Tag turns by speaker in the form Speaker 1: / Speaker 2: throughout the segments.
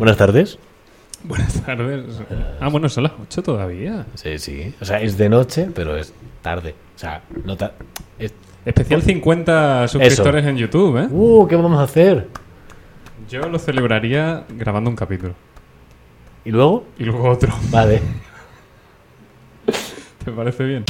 Speaker 1: Buenas tardes.
Speaker 2: Buenas tardes. Ah, bueno, son las 8 todavía.
Speaker 1: Sí, sí. O sea, es de noche, pero es tarde. O sea, no ta- es-
Speaker 2: Especial 50 suscriptores en YouTube, ¿eh?
Speaker 1: ¡Uh! ¿Qué vamos a hacer?
Speaker 2: Yo lo celebraría grabando un capítulo.
Speaker 1: ¿Y luego?
Speaker 2: Y luego otro.
Speaker 1: Vale.
Speaker 2: ¿Te parece bien?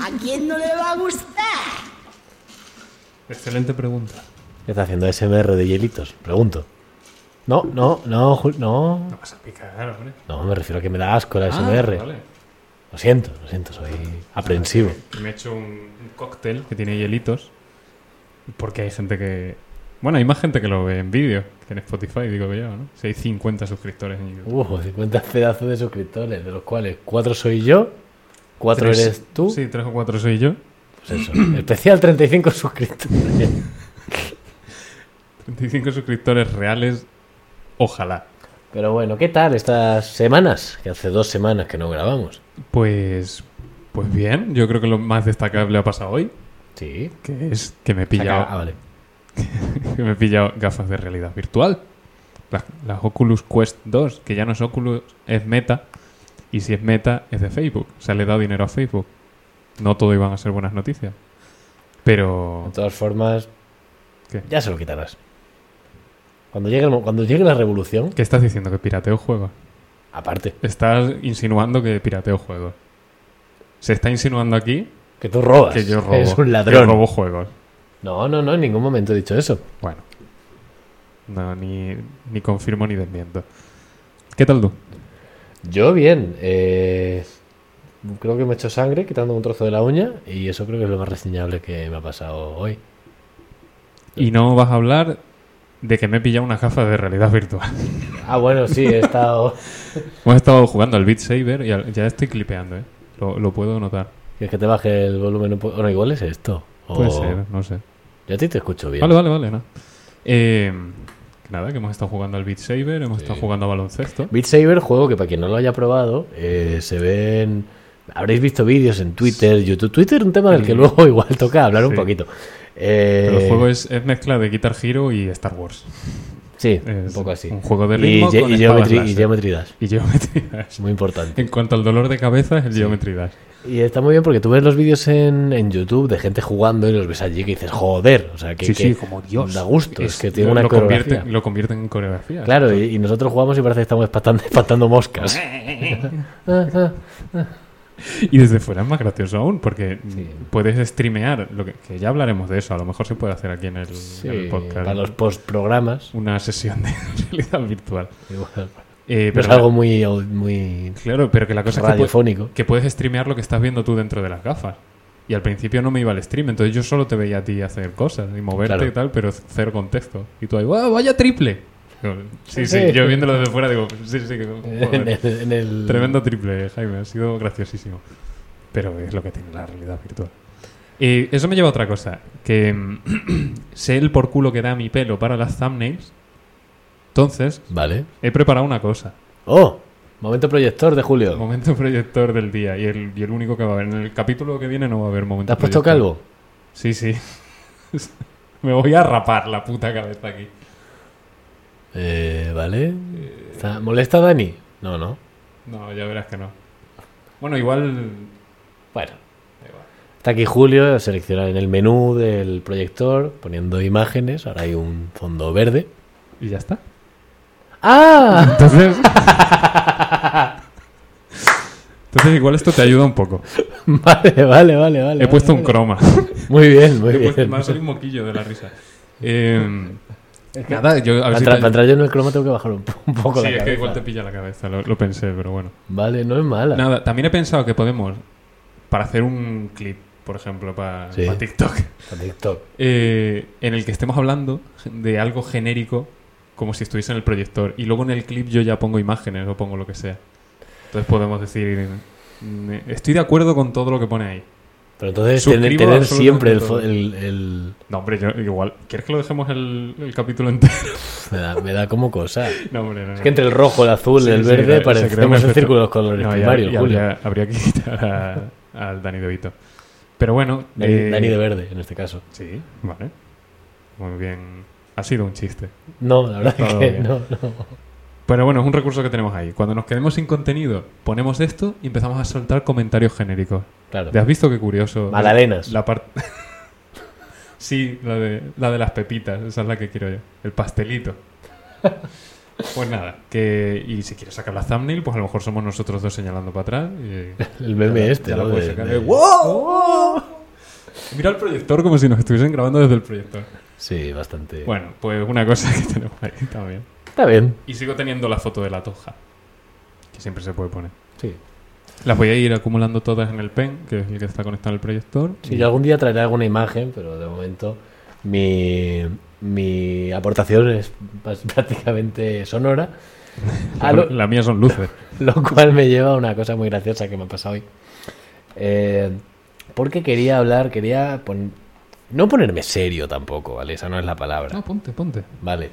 Speaker 3: ¿A quién no le va a gustar?
Speaker 2: Excelente pregunta.
Speaker 1: ¿Qué está haciendo SMR de hielitos? Pregunto. No, no, no, Jul- no.
Speaker 2: No vas a picar, hombre.
Speaker 1: No, me refiero a que me da asco la
Speaker 2: Ah,
Speaker 1: SMR.
Speaker 2: vale.
Speaker 1: Lo siento, lo siento, soy aprensivo.
Speaker 2: Que Me he hecho un, un cóctel que tiene hielitos. Porque hay gente que... Bueno, hay más gente que lo ve en vídeo que en Spotify, digo yo, ¿no? Si hay 50 suscriptores en YouTube.
Speaker 1: Uh, 50 pedazos de suscriptores, de los cuales 4 soy yo, 4
Speaker 2: Tres-
Speaker 1: eres tú.
Speaker 2: Sí, tres o cuatro soy yo.
Speaker 1: Pues eso. Especial 35 suscriptores.
Speaker 2: 35 suscriptores reales. Ojalá.
Speaker 1: Pero bueno, ¿qué tal estas semanas? Que hace dos semanas que no grabamos.
Speaker 2: Pues, pues bien, yo creo que lo más destacable ha pasado hoy,
Speaker 1: Sí.
Speaker 2: que es que me he
Speaker 1: Ah,
Speaker 2: pillado,
Speaker 1: vale.
Speaker 2: que me he pillado gafas de realidad virtual. Las, las Oculus Quest 2, que ya no es Oculus, es Meta. Y si es Meta, es de Facebook. O sea, le he dado dinero a Facebook. No todo iban a ser buenas noticias. Pero
Speaker 1: De todas formas,
Speaker 2: ¿Qué?
Speaker 1: ya se lo quitarás. Cuando llegue, el mo- cuando llegue la revolución,
Speaker 2: ¿Qué estás diciendo? ¿Que pirateo juegos?
Speaker 1: aparte,
Speaker 2: Estás insinuando que pirateo juegos. Se está insinuando aquí
Speaker 1: que tú robas.
Speaker 2: que yo robo.
Speaker 1: Eres un
Speaker 2: que
Speaker 1: ladrón.
Speaker 2: robo juegos.
Speaker 1: No, no, no, en ningún momento he dicho eso.
Speaker 2: Bueno. No, ni, ni confirmo ni desmiento. ¿Qué tal tú?
Speaker 1: Yo bien. eh, creo que me he hecho sangre quitando un trozo de la uña y eso creo que es lo más reseñable que me ha pasado hoy.
Speaker 2: Y no vas a hablar de que me he pillado una gafa de realidad virtual.
Speaker 1: Ah, bueno, sí, he estado...
Speaker 2: Hemos estado jugando al Beat Saber y al- ya estoy clipeando, ¿eh? Lo, lo puedo notar.
Speaker 1: ¿Quieres que te baje el volumen? un po- Bueno, igual es esto. O-
Speaker 2: Puede ser, no sé.
Speaker 1: Yo a ti te escucho Oh, bien.
Speaker 2: Vale, vale, vale. No. Eh, que nada, que hemos estado jugando al Beat Saber, hemos estado jugando a baloncesto.
Speaker 1: Beat Saber, juego que para quien no lo haya probado, eh, se ven. Habréis visto vídeos en Twitter, YouTube. Twitter, un tema del que luego igual toca hablar un
Speaker 2: Mm. Sí.
Speaker 1: poquito. Eh,
Speaker 2: Pero el juego es, es mezcla de Guitar Hero y Star Wars.
Speaker 1: Sí,
Speaker 2: es
Speaker 1: un poco así.
Speaker 2: un juego de
Speaker 1: y,
Speaker 2: ritmo
Speaker 1: ge-
Speaker 2: con
Speaker 1: y
Speaker 2: espadas
Speaker 1: geometri- y
Speaker 2: láser.
Speaker 1: Geometry Dash,
Speaker 2: Y Geometry Dash.
Speaker 1: es muy importante.
Speaker 2: En cuanto al dolor de cabeza, es el Geometry Dash.
Speaker 1: Y está muy bien porque tú ves los vídeos en, en YouTube de gente jugando y los ves allí que dices, joder, o sea, que,
Speaker 2: Sí,
Speaker 1: que
Speaker 2: sí, como Dios.
Speaker 1: da gusto, es,
Speaker 2: Es-
Speaker 1: que tiene
Speaker 2: lo-
Speaker 1: una
Speaker 2: lo
Speaker 1: coreografía.
Speaker 2: convierten, lo convierten en coreografía.
Speaker 1: Claro, y, y nosotros jugamos y parece que estamos espantando, espantando moscas. Ah, ah.
Speaker 2: Y desde fuera es más gracioso aún, porque puedes streamear, lo que, que ya hablaremos de eso, a lo mejor se puede hacer aquí en el, en el
Speaker 1: Sí,
Speaker 2: podcast.
Speaker 1: para los post-programas.
Speaker 2: Una sesión de realidad virtual.
Speaker 1: igual.
Speaker 2: Eh,
Speaker 1: No
Speaker 2: pero
Speaker 1: es algo muy, au- muy
Speaker 2: Claro, pero que la cosa es que, puedes-
Speaker 1: radiofónico.
Speaker 2: que puedes streamear lo que estás viendo tú dentro de las gafas. Y al principio no me iba al stream, entonces yo solo te veía a ti hacer cosas y moverte
Speaker 1: Claro.
Speaker 2: y tal, pero cero contexto. Y tú ahí, ¡guau, vaya triple! Sí, sí,
Speaker 1: Sí.
Speaker 2: yo viéndolo desde fuera digo, sí, sí, que-
Speaker 1: en
Speaker 2: joder.
Speaker 1: el, en el-
Speaker 2: Tremendo triple, eh, Jaime. Ha sido graciosísimo. Pero es lo que tiene la realidad virtual. Eh, eso me lleva a otra cosa. Que mm, sé el por culo que da mi pelo para las thumbnails. Entonces,
Speaker 1: Vale.
Speaker 2: he preparado una cosa.
Speaker 1: Oh, momento proyector de Julio.
Speaker 2: Momento proyector del día. Y el, y el único que va a haber. En el capítulo que viene no va a haber momento
Speaker 1: ¿Te has puesto
Speaker 2: proyector.
Speaker 1: calvo?
Speaker 2: Sí, sí. me voy a rapar la puta cabeza aquí.
Speaker 1: Eh, vale. ¿Está- ¿Molesta Dani? No, no.
Speaker 2: No, ya verás que no. Bueno, igual...
Speaker 1: Bueno. Está aquí Julio, selecciona en el menú del proyector, poniendo imágenes. Ahora hay un fondo verde.
Speaker 2: Y ya está.
Speaker 1: ¡Ah!
Speaker 2: Entonces. Entonces, igual esto te ayuda un poco.
Speaker 1: Vale, vale, vale, vale.
Speaker 2: He puesto un croma.
Speaker 1: Muy bien, muy
Speaker 2: He puesto-
Speaker 1: bien.
Speaker 2: me ha salido un moquillo de la risa. Eh, nada, yo a
Speaker 1: Para
Speaker 2: ver
Speaker 1: entrar-
Speaker 2: si te-
Speaker 1: para entrar yo en el croma tengo que bajar un, po- un poco
Speaker 2: Sí,
Speaker 1: la
Speaker 2: es que
Speaker 1: cabeza.
Speaker 2: igual te pilla la cabeza, lo, lo pensé, pero bueno.
Speaker 1: Vale, no es mala.
Speaker 2: Nada, también he pensado que podemos, para hacer un clip, por ejemplo, para
Speaker 1: Sí.
Speaker 2: TikTok,
Speaker 1: Para TikTok.
Speaker 2: eh, en el que estemos hablando de algo genérico, como si estuviese en el proyector, y luego en el clip yo ya pongo imágenes o pongo lo que sea. Entonces podemos decir, Me- Estoy de acuerdo con todo lo que pone ahí.
Speaker 1: Pero entonces
Speaker 2: Suscribo
Speaker 1: tener, tener
Speaker 2: absolutamente
Speaker 1: siempre el,
Speaker 2: todo.
Speaker 1: fo- el- el-
Speaker 2: No, hombre, yo igual. ¿Quieres que lo dejemos el, el capítulo entero?
Speaker 1: Me, da, me da como cosa. Es
Speaker 2: No, hombre, no. no.
Speaker 1: que entre el rojo, el azul,
Speaker 2: Sí,
Speaker 1: el
Speaker 2: sí,
Speaker 1: verde
Speaker 2: se crea un
Speaker 1: parecemos en
Speaker 2: efecto.
Speaker 1: círculos colores
Speaker 2: No, ya-
Speaker 1: primarios,
Speaker 2: ya
Speaker 1: Julio.
Speaker 2: habría, habría que quitar a- al Dani de Vito. Pero bueno.
Speaker 1: Dani,
Speaker 2: eh,
Speaker 1: Dani de verde, en este caso.
Speaker 2: Sí, vale. Muy bien. Ha sido un chiste.
Speaker 1: No, la verdad es
Speaker 2: Todo
Speaker 1: que
Speaker 2: bien.
Speaker 1: no, no.
Speaker 2: Pero bueno, es un recurso que tenemos ahí. Cuando nos quedemos sin contenido, ponemos esto y empezamos a soltar comentarios genéricos.
Speaker 1: Claro.
Speaker 2: ¿Te has visto qué curioso?
Speaker 1: Magdalenas.
Speaker 2: La parte. sí, la de, la de las pepitas, esa es la que quiero yo. El pastelito. Pues nada, que. Y si quieres sacar la thumbnail, pues a lo mejor somos nosotros dos señalando para atrás. y-
Speaker 1: El meme
Speaker 2: ya la-
Speaker 1: este,
Speaker 2: ya la
Speaker 1: ¿no?
Speaker 2: puedes
Speaker 1: De-
Speaker 2: sacar.
Speaker 1: de-
Speaker 2: Eh, ¡wow! Mira el proyector como si nos estuviesen grabando desde el proyector.
Speaker 1: Sí, bastante.
Speaker 2: Bueno, pues una cosa que tenemos ahí también.
Speaker 1: Está bien.
Speaker 2: Y sigo teniendo la foto de la toja, que siempre se puede poner.
Speaker 1: Sí.
Speaker 2: Las voy a ir acumulando todas en el pen, que es el que está conectado al proyector.
Speaker 1: Sí, yo algún día traeré alguna imagen, pero de momento mi, mi aportación es pas- prácticamente sonora. A lo-
Speaker 2: La mía son luces.
Speaker 1: Lo cual me lleva a una cosa muy graciosa que me ha pasado hoy. Eh, porque quería hablar, quería pon- no ponerme serio tampoco, ¿vale? Esa no es la palabra.
Speaker 2: No, ponte, ponte.
Speaker 1: Vale.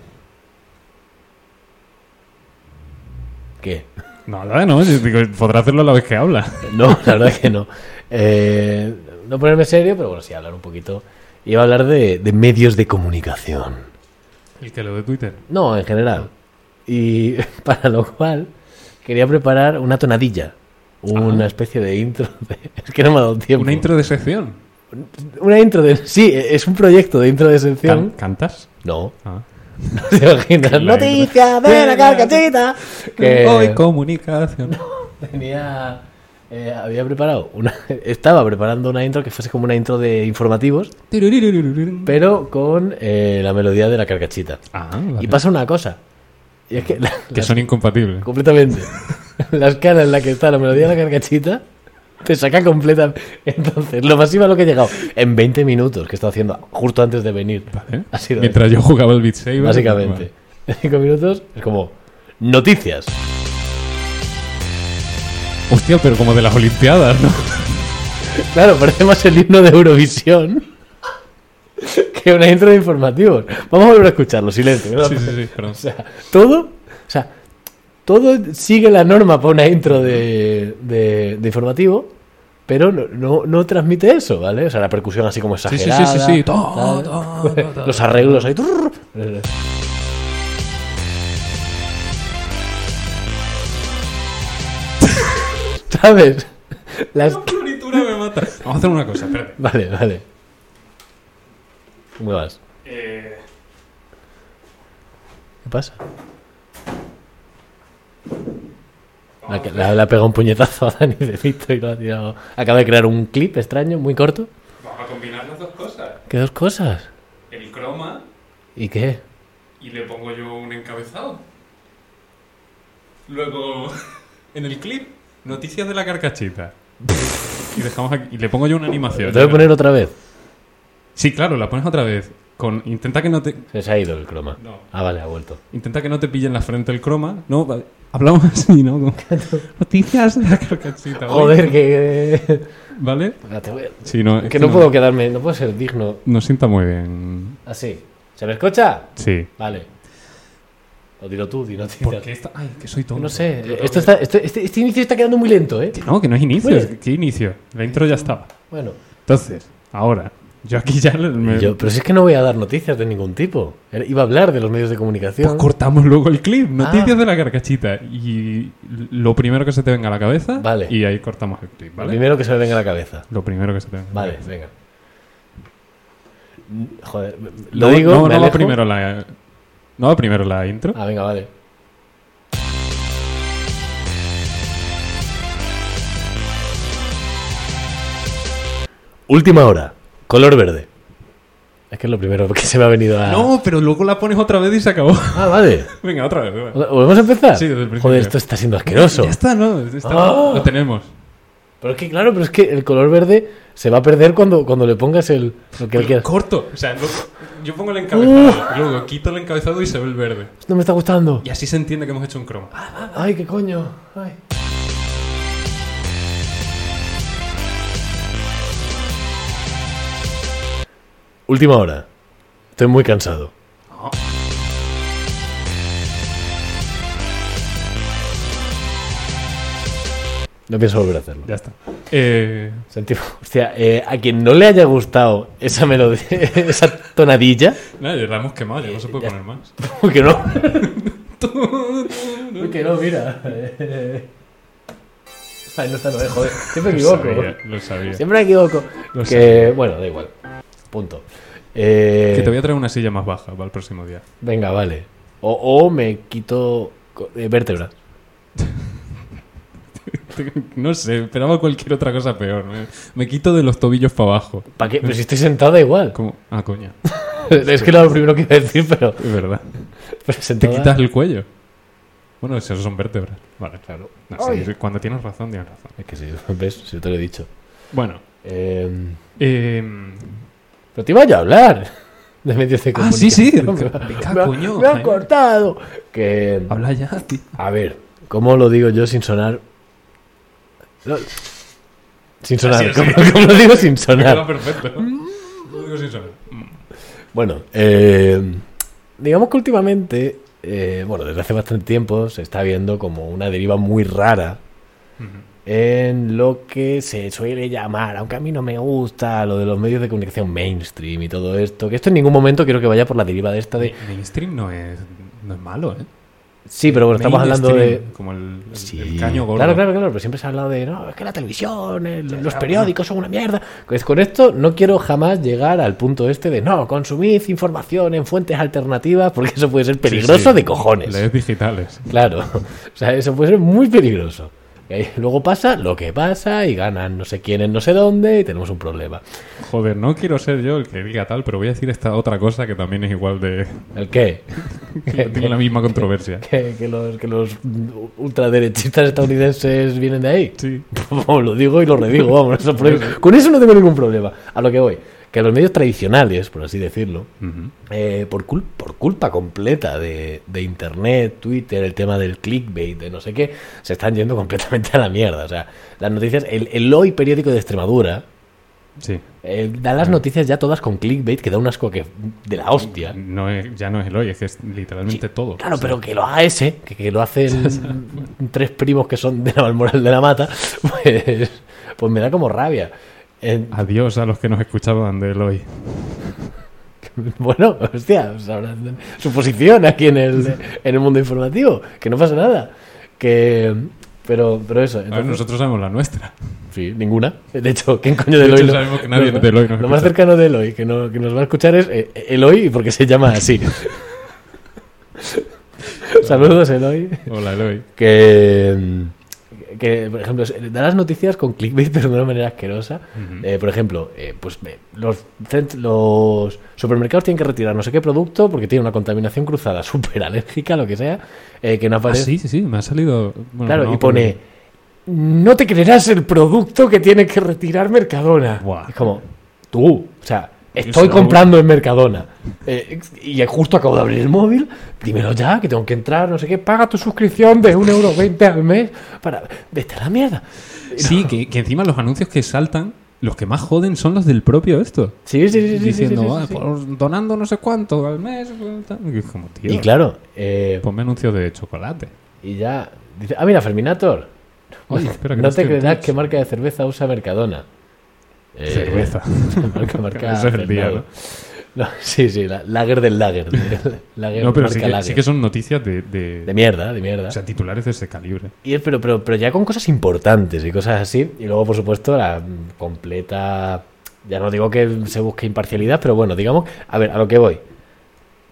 Speaker 1: ¿Qué?
Speaker 2: No, nada, no, yo digo, podrá hacerlo a la vez que habla.
Speaker 1: No, la verdad que no. Eh, no ponerme serio, pero bueno, sí hablar un poquito. Iba a hablar de, de medios de comunicación.
Speaker 2: El que lo de Twitter.
Speaker 1: No, en general. Y para lo cual quería preparar una tonadilla. Una especie de intro. de- es que no me ha dado tiempo.
Speaker 2: Una intro de sección.
Speaker 1: Una intro de. Sí, es un proyecto de intro de sección.
Speaker 2: Can- ¿Cantas?
Speaker 1: No.
Speaker 2: Ah.
Speaker 1: ¿Te imaginas?
Speaker 2: La
Speaker 1: Noticias de la carcachita. Que
Speaker 2: Hoy comunicación.
Speaker 1: tenía. eh, había preparado una. Estaba preparando una intro que fuese como una intro de informativos, pero con eh, la melodía de la carcachita.
Speaker 2: Ah,
Speaker 1: Y
Speaker 2: vale.
Speaker 1: pasa una cosa. Y es que la-
Speaker 2: Que son incompatibles.
Speaker 1: Completamente. Las caras en la que está la melodía de la carcachita te saca completa. Entonces, lo masivo a lo que he llegado en 20 minutos que está haciendo justo antes de venir.
Speaker 2: Vale.
Speaker 1: Ha sido
Speaker 2: Mientras yo jugaba el Beat Saber.
Speaker 1: Básicamente. En 5 minutos es como noticias.
Speaker 2: Vale. Hostia, pero como de las Olimpiadas, ¿no?
Speaker 1: Claro, parece más el himno de Eurovisión que una intro de informativos. Vamos a volver a escucharlo, silencio.
Speaker 2: Sí, sí, sí, perdón.
Speaker 1: O sea, todo, o sea, todo sigue la norma para una intro de, de- de informativo, pero no, no, no transmite eso, ¿vale? O sea, la percusión así como
Speaker 2: Sí, sí,
Speaker 1: exagerada.
Speaker 2: sí, sí, sí.
Speaker 1: tal.
Speaker 2: To- to- to- to-
Speaker 1: Los arreglos ahí. turr. ¿Sabes? Las...
Speaker 2: La floritura me mata. Vamos a hacer una cosa, espérate.
Speaker 1: Vale, vale. ¿Cómo vas?
Speaker 2: Eh,
Speaker 1: ¿Qué pasa? La, que- la- le ha pegado un puñetazo a Dani de Vito y lo ha tirado. Acaba de crear un clip extraño, muy corto.
Speaker 2: vamos a combinar las dos cosas.
Speaker 1: ¿Qué dos cosas?
Speaker 2: El croma
Speaker 1: ¿Y qué?
Speaker 2: y le pongo yo un encabezado. Luego, en el clip, noticias de la carcachita. y, dejamos aquí- y le pongo yo una
Speaker 1: Lo
Speaker 2: animación.
Speaker 1: tengo que poner otra vez.
Speaker 2: Sí, claro, la pones otra vez. Con, intenta que no te...
Speaker 1: Se se ha ido el croma.
Speaker 2: No.
Speaker 1: Ah, vale, ha vuelto.
Speaker 2: Intenta que no te pille en la frente el croma. No, va- hablamos así, ¿no? Como- noticias de la carcachita. ¿vale?
Speaker 1: Joder, que.
Speaker 2: ¿Vale?
Speaker 1: Ahora te voy a-
Speaker 2: Sí, no, es
Speaker 1: Que no puedo quedarme, no puedo ser digno
Speaker 2: No sienta muy bien.
Speaker 1: así. ¿Se me escucha?
Speaker 2: Sí.
Speaker 1: Vale. O dilo tú, di noticias.
Speaker 2: Porque esta... Ay, que soy tonto.
Speaker 1: No sé, esto está, esto- este, este inicio está quedando muy lento, ¿eh?
Speaker 2: Que no, que no es inicio.
Speaker 1: Oye.
Speaker 2: es que- ¿Qué inicio? La intro ya estaba.
Speaker 1: Bueno.
Speaker 2: Entonces, ahora, yo aquí ya le- me- pues,
Speaker 1: Yo- pero si es que no voy a dar noticias de ningún tipo. Era- Iba a hablar de los medios de
Speaker 2: Pues
Speaker 1: comunicación.
Speaker 2: cortamos luego el clip, noticias
Speaker 1: Ah.
Speaker 2: de la carcachita y lo primero que se te venga a la cabeza
Speaker 1: Vale.
Speaker 2: y ahí cortamos el clip,
Speaker 1: Lo
Speaker 2: ¿vale?
Speaker 1: primero que se me venga a la cabeza.
Speaker 2: Lo primero que se te venga. a la
Speaker 1: Vale,
Speaker 2: cabeza.
Speaker 1: venga. Mm, Joder, me-
Speaker 2: No,
Speaker 1: lo digo.
Speaker 2: no,
Speaker 1: me
Speaker 2: no va
Speaker 1: alejo.
Speaker 2: primero la no va primero la intro.
Speaker 1: Ah, venga, vale. Última hora. Color verde. Es que es lo primero que se me ha venido a.
Speaker 2: No, pero luego la pones otra vez y se acabó.
Speaker 1: Ah, vale.
Speaker 2: venga, otra vez. venga.
Speaker 1: ¿Volvemos a empezar?
Speaker 2: Sí, desde el principio.
Speaker 1: Joder, esto está siendo asqueroso.
Speaker 2: Ya está, no, está-
Speaker 1: Ah.
Speaker 2: lo tenemos.
Speaker 1: Pero es que, claro, pero es que el color verde se va a perder cuando, cuando le pongas el, lo que él
Speaker 2: Pero
Speaker 1: quiera.
Speaker 2: corto, o sea, lo- yo pongo el encabezado, luego quito el encabezado y se ve el verde.
Speaker 1: No me está gustando.
Speaker 2: Ah, Y así se entiende que hemos hecho un croma.
Speaker 1: Ay, qué coño. Ay. Última hora. Estoy muy cansado.
Speaker 2: Ah.
Speaker 1: No pienso volver a hacerlo.
Speaker 2: Ya está. Eh,
Speaker 1: Sentimos- hostia, eh, a quien no le haya gustado esa melodía, esa tonadilla,
Speaker 2: nada, ya la hemos quemado, Eh, ya no se puede poner más.
Speaker 1: ¿por qué no? ¿Por qué no? Mira. eh. Ay, no está, no, eh, joder. Siempre me
Speaker 2: Lo
Speaker 1: equivoco.
Speaker 2: sabía, lo sabía.
Speaker 1: Siempre me equivoco.
Speaker 2: Lo
Speaker 1: Que, bueno, da igual. Punto. Eh,
Speaker 2: Que te voy a traer una silla más baja para el próximo día.
Speaker 1: Venga, vale. O, o me quito co- eh, vértebras.
Speaker 2: No sé, esperaba cualquier otra cosa peor. Me, me quito de los tobillos para abajo.
Speaker 1: ¿Para qué? Pero si estoy sentada igual.
Speaker 2: Como, ah, coña,
Speaker 1: es que era lo primero que iba a decir, pero,
Speaker 2: es verdad.
Speaker 1: pero
Speaker 2: Te
Speaker 1: sentada.
Speaker 2: quitas el cuello. Bueno, esos son vértebras. Vale, claro. No, sí,
Speaker 1: Ay.
Speaker 2: cuando tienes razón, tienes razón.
Speaker 1: Es que sí, ves, si te lo he dicho.
Speaker 2: Bueno,
Speaker 1: Eh,
Speaker 2: eh,
Speaker 1: pero te iba yo a hablar de medios de
Speaker 2: Ah,
Speaker 1: comunicación.
Speaker 2: sí, sí.
Speaker 1: Me,
Speaker 2: Venga,
Speaker 1: ha-
Speaker 2: coño,
Speaker 1: me han
Speaker 2: Jaime.
Speaker 1: cortado. Que,
Speaker 2: habla ya, tío.
Speaker 1: a ver, ¿cómo lo digo yo sin sonar? Lo- Sin sonar.
Speaker 2: Así, así.
Speaker 1: ¿Cómo- cómo lo digo sin sonar?
Speaker 2: Queda perfecto.
Speaker 1: Mm.
Speaker 2: Lo digo sin saber.
Speaker 1: Bueno, eh, digamos que últimamente, eh, bueno, desde hace bastante tiempo se está viendo como una deriva muy rara
Speaker 2: Ujú.
Speaker 1: en lo que se suele llamar, aunque a mí no me gusta, lo de los medios de comunicación mainstream y todo esto, que esto en ningún momento quiero que vaya por la deriva de esta de...
Speaker 2: Mainstream no es, no es malo, ¿eh?
Speaker 1: Sí, pero bueno, estamos hablando de...
Speaker 2: Mainstream, Como el, el-
Speaker 1: Sí.
Speaker 2: el caño gordo.
Speaker 1: Claro, claro, claro, pero siempre se ha hablado de, no, es que la televisión, el- los periódicos son una mierda. Pues con esto no quiero jamás llegar al punto este de, no, consumid información en fuentes alternativas porque eso puede ser peligroso
Speaker 2: Sí, sí.
Speaker 1: de cojones.
Speaker 2: Lees digitales.
Speaker 1: Claro, o sea, eso puede ser muy peligroso. Y ahí luego pasa lo que pasa y ganan no sé quiénes, no sé dónde y tenemos un problema.
Speaker 2: Joder, no quiero ser yo el que diga tal, pero voy a decir esta otra cosa que también es igual de...
Speaker 1: ¿El qué? Eh,
Speaker 2: que tiene la misma controversia.
Speaker 1: Que, que los, que los ultraderechistas estadounidenses vienen de ahí.
Speaker 2: Sí.
Speaker 1: Vamos, lo digo y lo redigo, vamos, eso por- con eso no tengo ningún problema. A lo que voy, que los medios tradicionales, por así decirlo,
Speaker 2: Ujú.
Speaker 1: eh, por, cul- por culpa completa de, de Internet, Twitter, el tema del clickbait, de no sé qué, se están yendo completamente a la mierda. O sea, las noticias, el, el hoy periódico de Extremadura
Speaker 2: Sí.
Speaker 1: eh, da las noticias ya todas con clickbait, que da un asco que, de la hostia.
Speaker 2: No es, ya no es el hoy, es que es literalmente todo.
Speaker 1: Claro, pero que lo haga ese, que, que lo hacen tres primos que son de la Valmoral de la Mata, pues, pues me da como rabia. En-
Speaker 2: Adiós a los que nos escuchaban del hoy.
Speaker 1: Bueno, hostia, pues ahora su posición aquí en el, en el mundo informativo, que no pasa nada. Que, pero, pero eso,
Speaker 2: A ver,
Speaker 1: entonces-
Speaker 2: nosotros sabemos la nuestra.
Speaker 1: sí, ninguna. De hecho, ¿quién coño
Speaker 2: De
Speaker 1: de Eloy?
Speaker 2: hecho,
Speaker 1: no-
Speaker 2: sabemos que nadie
Speaker 1: no-
Speaker 2: de Eloy nos
Speaker 1: Lo más
Speaker 2: escucha.
Speaker 1: cercano de Eloy que, no, que nos va a escuchar es eh, Eloy, porque se llama así. Saludos, Eloy.
Speaker 2: Hola, el hoy.
Speaker 1: que, que, por ejemplo, se- da las noticias con clickbait, pero de una manera asquerosa.
Speaker 2: Ujú.
Speaker 1: Eh, por ejemplo, eh, pues eh, los, cent- los supermercados tienen que retirar no sé qué producto porque tiene una contaminación cruzada súper alérgica, lo que sea, eh, que no
Speaker 2: Ah,
Speaker 1: aparece.
Speaker 2: sí, sí, sí, me ha salido... bueno,
Speaker 1: Claro,
Speaker 2: no,
Speaker 1: y pone, no te creerás el producto que tiene que retirar Mercadona.
Speaker 2: Buah.
Speaker 1: Es como, tú, o sea, estoy
Speaker 2: seguro.
Speaker 1: comprando en Mercadona. Eh, y justo acabo de abrir el móvil, dímelo ya, que tengo que entrar, no sé qué, paga tu suscripción de 1,20€ al mes para... Vete a la mierda.
Speaker 2: Sí, que, que encima los anuncios que saltan, los que más joden son los del propio esto.
Speaker 1: Sí, sí, sí, sí, sí, sí,
Speaker 2: Diciendo,
Speaker 1: sí, sí,
Speaker 2: "Ah,
Speaker 1: sí.
Speaker 2: por- donando no sé cuánto al mes. tal". Y es como, tío,
Speaker 1: Y claro, eh,
Speaker 2: ponme anuncios de chocolate.
Speaker 1: y ya... Dice, ah, mira, Ferminator.
Speaker 2: Oye, espera, que
Speaker 1: no
Speaker 2: estoy
Speaker 1: te
Speaker 2: en
Speaker 1: creerás
Speaker 2: Twitch.
Speaker 1: qué marca de cerveza usa Mercadona. Eh,
Speaker 2: Cerveza.
Speaker 1: marca, marca
Speaker 2: Eso es el día,
Speaker 1: Fernando. No, sí, sí, la, lager del lager. de- lager
Speaker 2: No, pero
Speaker 1: marca
Speaker 2: sí que,
Speaker 1: lager.
Speaker 2: sí que son noticias de... de-
Speaker 1: De mierda, de mierda.
Speaker 2: o sea, titulares de ese calibre.
Speaker 1: y es, pero, pero, pero ya con cosas importantes y cosas así. Y luego, por supuesto, la mm, completa... Ya no digo que se busque imparcialidad, pero bueno, digamos... A ver, a lo que voy.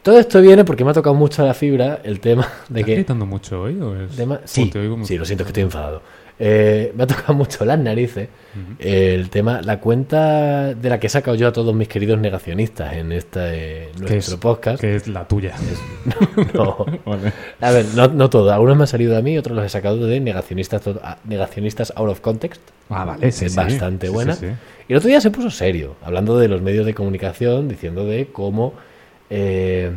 Speaker 1: Todo esto viene porque me ha tocado mucho la fibra el tema de
Speaker 2: ¿Estás
Speaker 1: que...
Speaker 2: gritando mucho hoy o es...?
Speaker 1: tema-
Speaker 2: o
Speaker 1: Sí,
Speaker 2: Pues te oigo muy-
Speaker 1: sí, lo siento es que estoy enfadado. Eh, me ha tocado mucho las narices el tema, la cuenta de la que he sacado yo a todos mis queridos negacionistas en este nuestro
Speaker 2: es?
Speaker 1: podcast.
Speaker 2: Que es la tuya.
Speaker 1: No.
Speaker 2: Vale.
Speaker 1: A ver, no, no todo. Algunos me han salido de mí, otros los he sacado de negacionistas, to- a- negacionistas out of context.
Speaker 2: Ah, vale, sí,
Speaker 1: Es
Speaker 2: sí.
Speaker 1: bastante
Speaker 2: Sí, sí,
Speaker 1: buena. Eh,
Speaker 2: sí.
Speaker 1: Y el otro día se puso serio, hablando de los medios de comunicación, diciendo de cómo eh,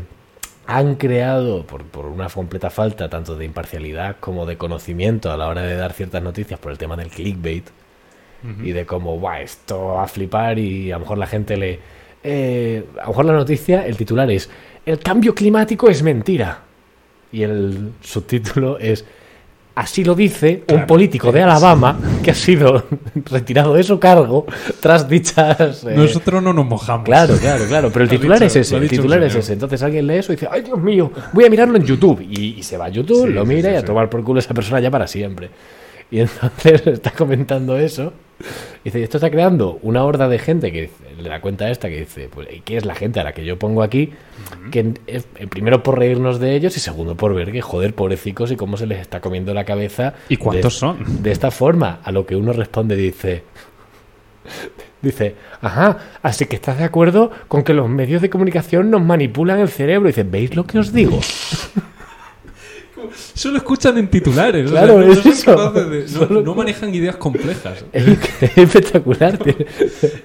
Speaker 1: han creado, por, por una completa falta tanto de imparcialidad como de conocimiento a la hora de dar ciertas noticias por el tema del clickbait,
Speaker 2: Ujú.
Speaker 1: y de cómo, guau, esto va a flipar y a lo mejor la gente le... eh, a lo mejor la noticia, el titular es, el cambio climático es mentira. Y el subtítulo es, así lo dice un
Speaker 2: Claro,
Speaker 1: político de
Speaker 2: es-
Speaker 1: Alabama que ha sido retirado de su cargo tras dichas... eh,
Speaker 2: Nosotros no nos mojamos.
Speaker 1: Claro, claro, claro. Pero el
Speaker 2: Lo ha
Speaker 1: titular
Speaker 2: dicho-
Speaker 1: es ese.
Speaker 2: lo ha
Speaker 1: El
Speaker 2: dicho un
Speaker 1: titular es
Speaker 2: señor.
Speaker 1: ese. Entonces alguien lee eso y dice, ay Dios mío, voy a mirarlo en YouTube. Y, y se va a YouTube,
Speaker 2: Sí,
Speaker 1: lo
Speaker 2: sí,
Speaker 1: mira
Speaker 2: sí,
Speaker 1: y a
Speaker 2: sí.
Speaker 1: tomar por culo a esa persona ya para siempre. Y entonces está comentando eso. Y dice, esto está creando una horda de gente que dice- de la cuenta esta que dice, pues, ¿y qué es la gente a la que yo pongo aquí? Que en- es- eh, primero por reírnos de ellos y segundo por ver que, joder, pobrecicos y cómo se les está comiendo la cabeza.
Speaker 2: ¿Y cuántos
Speaker 1: de-
Speaker 2: son?
Speaker 1: de esta forma, a lo que uno responde dice, dice, ajá, así que estás de acuerdo con que los medios de comunicación nos manipulan el cerebro. Y dice, ¿veis lo que os digo?
Speaker 2: Solo escuchan en titulares.
Speaker 1: Claro,
Speaker 2: o sea, no,
Speaker 1: es
Speaker 2: son
Speaker 1: eso.
Speaker 2: capaces de- no-
Speaker 1: Solo-
Speaker 2: no manejan ideas complejas.
Speaker 1: Es, es espectacular. tío.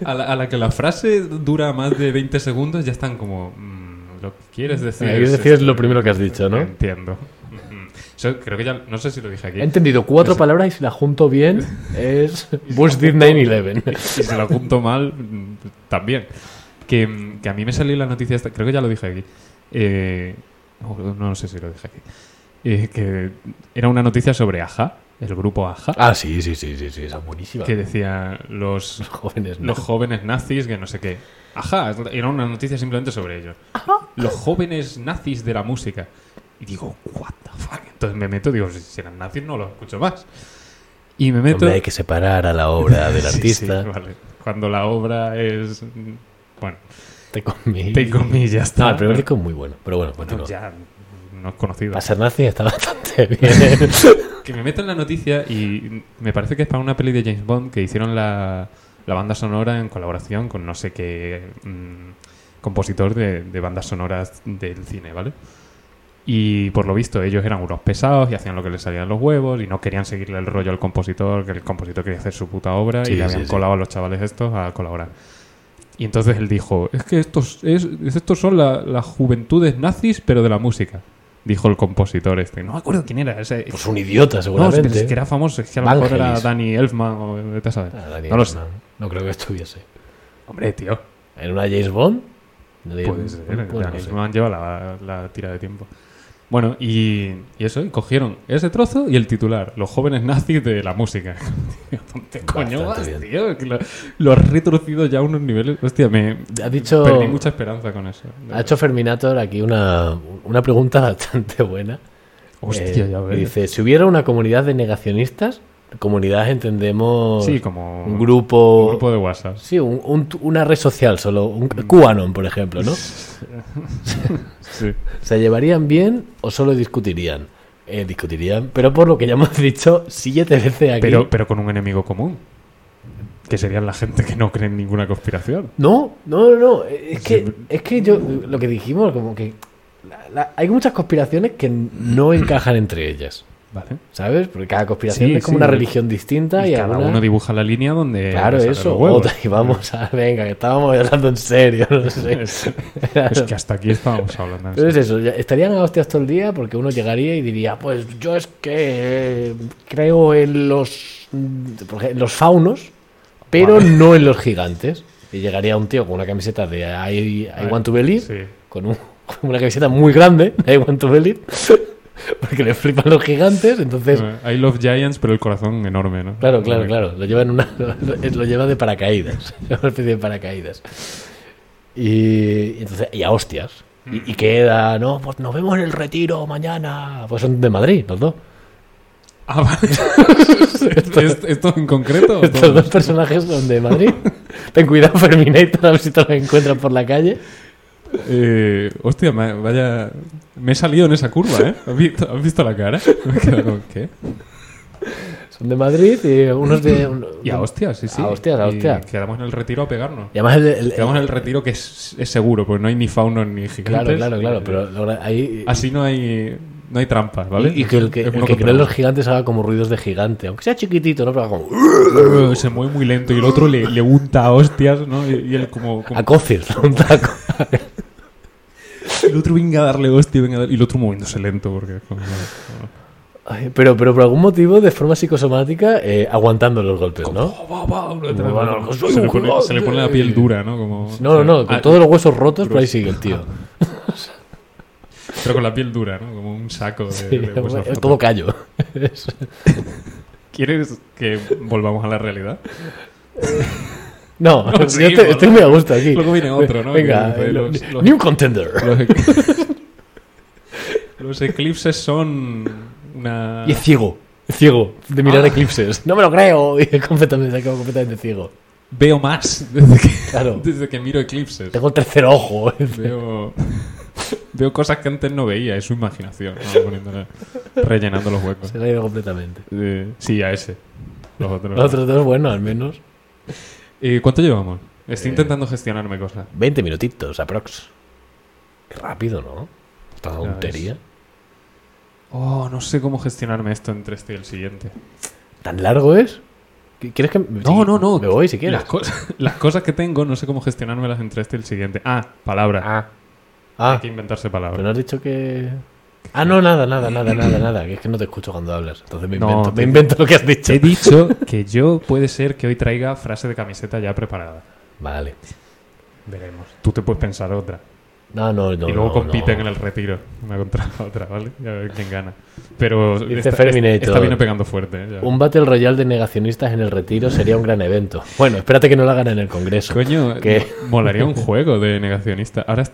Speaker 2: A la, a la que la frase dura más de 20 segundos ya están como... mm, lo que quieres decir,
Speaker 1: Lo que quieres decir es lo primero que has dicho, ¿no?
Speaker 2: Entiendo. Ujú. Eso creo que ya... No sé si lo dije aquí.
Speaker 1: He entendido
Speaker 2: Pues-
Speaker 1: cuatro palabras y si las junto bien es Bush did 9-11.
Speaker 2: y se lo junto mal mm, también. Que, mm, que a mí me salió la noticia, esta- creo que ya lo dije aquí. eh, o no sé si lo dije aquí. eh, que era una noticia sobre AJA, el grupo AJA,
Speaker 1: Ah, sí, sí, sí, sí, sí, esa es buenísima.
Speaker 2: que decía los,
Speaker 1: Jóvenes, ¿no?
Speaker 2: los jóvenes nazis que no sé qué. AJA, era una noticia simplemente sobre ellos. Los jóvenes nazis de la música. Y digo, what the fuck. Entonces me meto, digo, si- si eran nazis no los escucho más. Y me meto...
Speaker 1: Hombre, hay que separar a la obra del
Speaker 2: Sí, sí,
Speaker 1: artista.
Speaker 2: vale. Cuando la obra es... mm, Bueno,
Speaker 1: Te comí.
Speaker 2: Te comillas, ya está.
Speaker 1: No, el primer disco es muy bueno, pero bueno,
Speaker 2: Bueno,
Speaker 1: continúa.
Speaker 2: ya no es conocido.
Speaker 1: Para ser nazi está bastante bien.
Speaker 2: Que me meto en la noticia y me parece que es para una peli de James Bond que hicieron la, la banda sonora en colaboración con no sé qué mm, compositor de, de bandas sonoras del cine, ¿vale? Y por lo visto ellos eran unos pesados y hacían lo que les salían los huevos y no querían seguirle el rollo al compositor, que el compositor quería hacer su puta obra
Speaker 1: Sí,
Speaker 2: y le
Speaker 1: sí,
Speaker 2: habían
Speaker 1: sí.
Speaker 2: colado a los chavales estos a colaborar. Y entonces él dijo, es que estos, es, estos son la- las juventudes nazis, pero de la música. Dijo el compositor este. No me acuerdo quién era. Ese,
Speaker 1: Pues un idiota,
Speaker 2: no,
Speaker 1: seguramente.
Speaker 2: pero es que era famoso. Es que a lo mejor era
Speaker 1: Vangelis.
Speaker 2: Danny Elfman o vete a saber.
Speaker 1: Ah, Daniel
Speaker 2: no lo sé.
Speaker 1: Elfman. No creo que estuviese.
Speaker 2: Hombre, tío.
Speaker 1: ¿En una James Bond? No digo-
Speaker 2: Puede ser.
Speaker 1: bueno,
Speaker 2: Danny
Speaker 1: no sé.
Speaker 2: Elfman lleva la, la tira de tiempo. Bueno, y, y eso, y cogieron ese trozo y el titular, los jóvenes nazis de la música. Tío, ¿Dónde coño vas,
Speaker 1: Bastante bien.
Speaker 2: tío? Que lo, lo has retorcido ya a unos niveles. Hostia, me
Speaker 1: Ha dicho,
Speaker 2: perdí mucha esperanza con eso.
Speaker 1: ha hecho Ferminator aquí una, una pregunta bastante buena.
Speaker 2: Hostia,
Speaker 1: Eh,
Speaker 2: ya ves.
Speaker 1: Dice, si hubiera una comunidad de negacionistas, comunidad entendemos
Speaker 2: sí, como
Speaker 1: un grupo...
Speaker 2: un grupo de WhatsApp.
Speaker 1: Sí, un- un- una red social solo, un QAnon, por ejemplo, ¿no?
Speaker 2: Sí.
Speaker 1: ¿Se llevarían bien o solo discutirían? Eh, discutirían, pero por lo que ya hemos dicho siete veces aquí.
Speaker 2: Pero, pero con un enemigo común. Que serían la gente que no cree en ninguna conspiración.
Speaker 1: No, no, no, no. Es
Speaker 2: Pues Sí,
Speaker 1: que,
Speaker 2: pero-
Speaker 1: es que yo, lo que dijimos, como que la- la- hay muchas conspiraciones que no encajan entre ellas,
Speaker 2: Vale.
Speaker 1: ¿sabes? Porque cada conspiración
Speaker 2: Sí,
Speaker 1: es como
Speaker 2: sí,
Speaker 1: una
Speaker 2: y-
Speaker 1: religión distinta Ah, y,
Speaker 2: Y cada
Speaker 1: alguna-
Speaker 2: uno dibuja la línea donde.
Speaker 1: Claro,
Speaker 2: le salen
Speaker 1: eso.
Speaker 2: los huevos.
Speaker 1: Otra, y vamos a, venga, que estábamos hablando en serio, no sé.
Speaker 2: Es, es que hasta aquí estábamos hablando. en
Speaker 1: Pero es
Speaker 2: serio.
Speaker 1: eso, ya- estarían a hostias todo el día porque uno llegaría y diría, pues yo es que eh, creo en los, mm, por ej- en los faunos, pero
Speaker 2: Vale.
Speaker 1: no en los gigantes. Y llegaría un tío con una camiseta de I, I want to believe,
Speaker 2: Sí.
Speaker 1: con, un- con una camiseta muy grande, I want to believe, porque le flipan los gigantes, entonces...
Speaker 2: I love Giants, pero el corazón enorme, ¿no?
Speaker 1: Claro, claro, claro. Lo lleva, en una, lo, lo lleva de paracaídas. Una especie de paracaídas. Y, y entonces, y a hostias. Y, y queda, no, pues nos vemos en el retiro mañana. Pues son de Madrid, los dos.
Speaker 2: Ah, vale. ¿Esto, esto- esto en concreto? o
Speaker 1: Estos
Speaker 2: todo?
Speaker 1: dos personajes son de Madrid. Ten cuidado, Ferminator, a ver si te los encuentras por la calle.
Speaker 2: Eh, hostia, ma- vaya. Me he salido en esa curva, ¿eh? ¿Has visto, has visto la cara? Me he quedado como, ¿qué?
Speaker 1: Son de Madrid y unos de. un-
Speaker 2: Y a hostias, sí, sí.
Speaker 1: A hostias, a
Speaker 2: Y
Speaker 1: hostias.
Speaker 2: Quedamos en el retiro a pegarnos.
Speaker 1: Y además, el- el-
Speaker 2: Quedamos en el retiro que es, es seguro, porque no hay ni faunos ni gigantes.
Speaker 1: claro, claro, claro. Pero lo- ahí.
Speaker 2: Así no hay, no hay trampas, ¿vale?
Speaker 1: Y, y que el que,
Speaker 2: Es
Speaker 1: el
Speaker 2: uno
Speaker 1: que cree
Speaker 2: contra
Speaker 1: en
Speaker 2: uno.
Speaker 1: los gigantes haga como ruidos de gigante. Aunque sea chiquitito, ¿no? Pero haga como. "Uh,
Speaker 2: Se mueve muy lento y el otro le, le unta a hostias, ¿no? Y, y él como... como-
Speaker 1: A coces, un taco.
Speaker 2: el otro venga a darle hostia, venga a dar- Y el otro moviéndose lento porque... es como, bueno, bueno.
Speaker 1: Ay, Pero, pero por algún motivo, de forma psicosomática, eh, aguantando los golpes, ¿no?
Speaker 2: Va, va, va,
Speaker 1: Bueno, bueno, soy
Speaker 2: se,
Speaker 1: un
Speaker 2: le pone,
Speaker 1: gigante.
Speaker 2: se le pone la piel dura, ¿no? Como,
Speaker 1: No, no, no, con
Speaker 2: Ah,
Speaker 1: todos los huesos rotos, pero ahí sigue el tío.
Speaker 2: Pero con la piel dura, ¿no? Como un saco de,
Speaker 1: Sí,
Speaker 2: de huesos
Speaker 1: bueno,
Speaker 2: rotos.
Speaker 1: todo callo.
Speaker 2: ¿Quieres que volvamos a la realidad?
Speaker 1: No,
Speaker 2: No,
Speaker 1: yo
Speaker 2: sí,
Speaker 1: te-
Speaker 2: bueno.
Speaker 1: estoy muy a gusto aquí.
Speaker 2: Luego viene otro, ¿no?
Speaker 1: Venga,
Speaker 2: Que dice
Speaker 1: eh,
Speaker 2: los-
Speaker 1: lo-
Speaker 2: los-
Speaker 1: New Contender.
Speaker 2: Los, ec- los eclipses son una...
Speaker 1: Y es ciego. Ciego, de mirar
Speaker 2: Ah.
Speaker 1: eclipses. No me lo creo. Y es completamente, se acabó completamente ciego.
Speaker 2: Veo más desde que,
Speaker 1: Claro.
Speaker 2: desde que miro eclipses.
Speaker 1: Tengo el tercer ojo.
Speaker 2: Veo, veo cosas que antes no veía, es su imaginación, ¿no? Poniéndole- rellenando los huecos.
Speaker 1: Se le ha ido completamente.
Speaker 2: Eh, sí, a ese. Los otros.
Speaker 1: Los otros dos, bueno, al menos.
Speaker 2: Eh, ¿Cuánto llevamos? Estoy
Speaker 1: Eh.
Speaker 2: intentando gestionarme cosas.
Speaker 1: 20 minutitos, aprox. Qué rápido, ¿no? Esta
Speaker 2: ves.
Speaker 1: tontería.
Speaker 2: Oh, no sé cómo gestionarme esto entre este y el siguiente.
Speaker 1: ¿Tan largo es? ¿Qui- ¿Quieres que.? me-
Speaker 2: No,
Speaker 1: si-
Speaker 2: no, no.
Speaker 1: Me voy si quieres.
Speaker 2: Las, cosas- las cosas que tengo, no sé cómo gestionármelas entre este y el siguiente. Ah, palabras.
Speaker 1: Ah. Ah,
Speaker 2: Hay que inventarse
Speaker 1: pero
Speaker 2: palabras.
Speaker 1: no has dicho que. Ah, no, nada, nada, nada, nada, nada. Que es que no te escucho cuando hablas. Entonces me
Speaker 2: No,
Speaker 1: invento,
Speaker 2: te-
Speaker 1: me invento lo que has dicho.
Speaker 2: He dicho que yo puede ser que hoy traiga frase de camiseta ya preparada.
Speaker 1: Vale.
Speaker 2: Veremos. Tú te puedes pensar otra.
Speaker 1: No, no, no.
Speaker 2: y luego
Speaker 1: no,
Speaker 2: compiten
Speaker 1: no.
Speaker 2: en el retiro. Una contra la otra, ¿vale? Y a ver quién gana. Pero
Speaker 1: Dice
Speaker 2: esta,
Speaker 1: Ferminator.
Speaker 2: esta viene pegando fuerte. ¿eh? Ya.
Speaker 1: Un Battle Royale de negacionistas en el retiro sería un gran evento. Bueno, espérate que no lo hagan en el Congreso.
Speaker 2: Coño,
Speaker 1: ¿Qué?
Speaker 2: mo- molaría un juego de negacionista. Ahora est-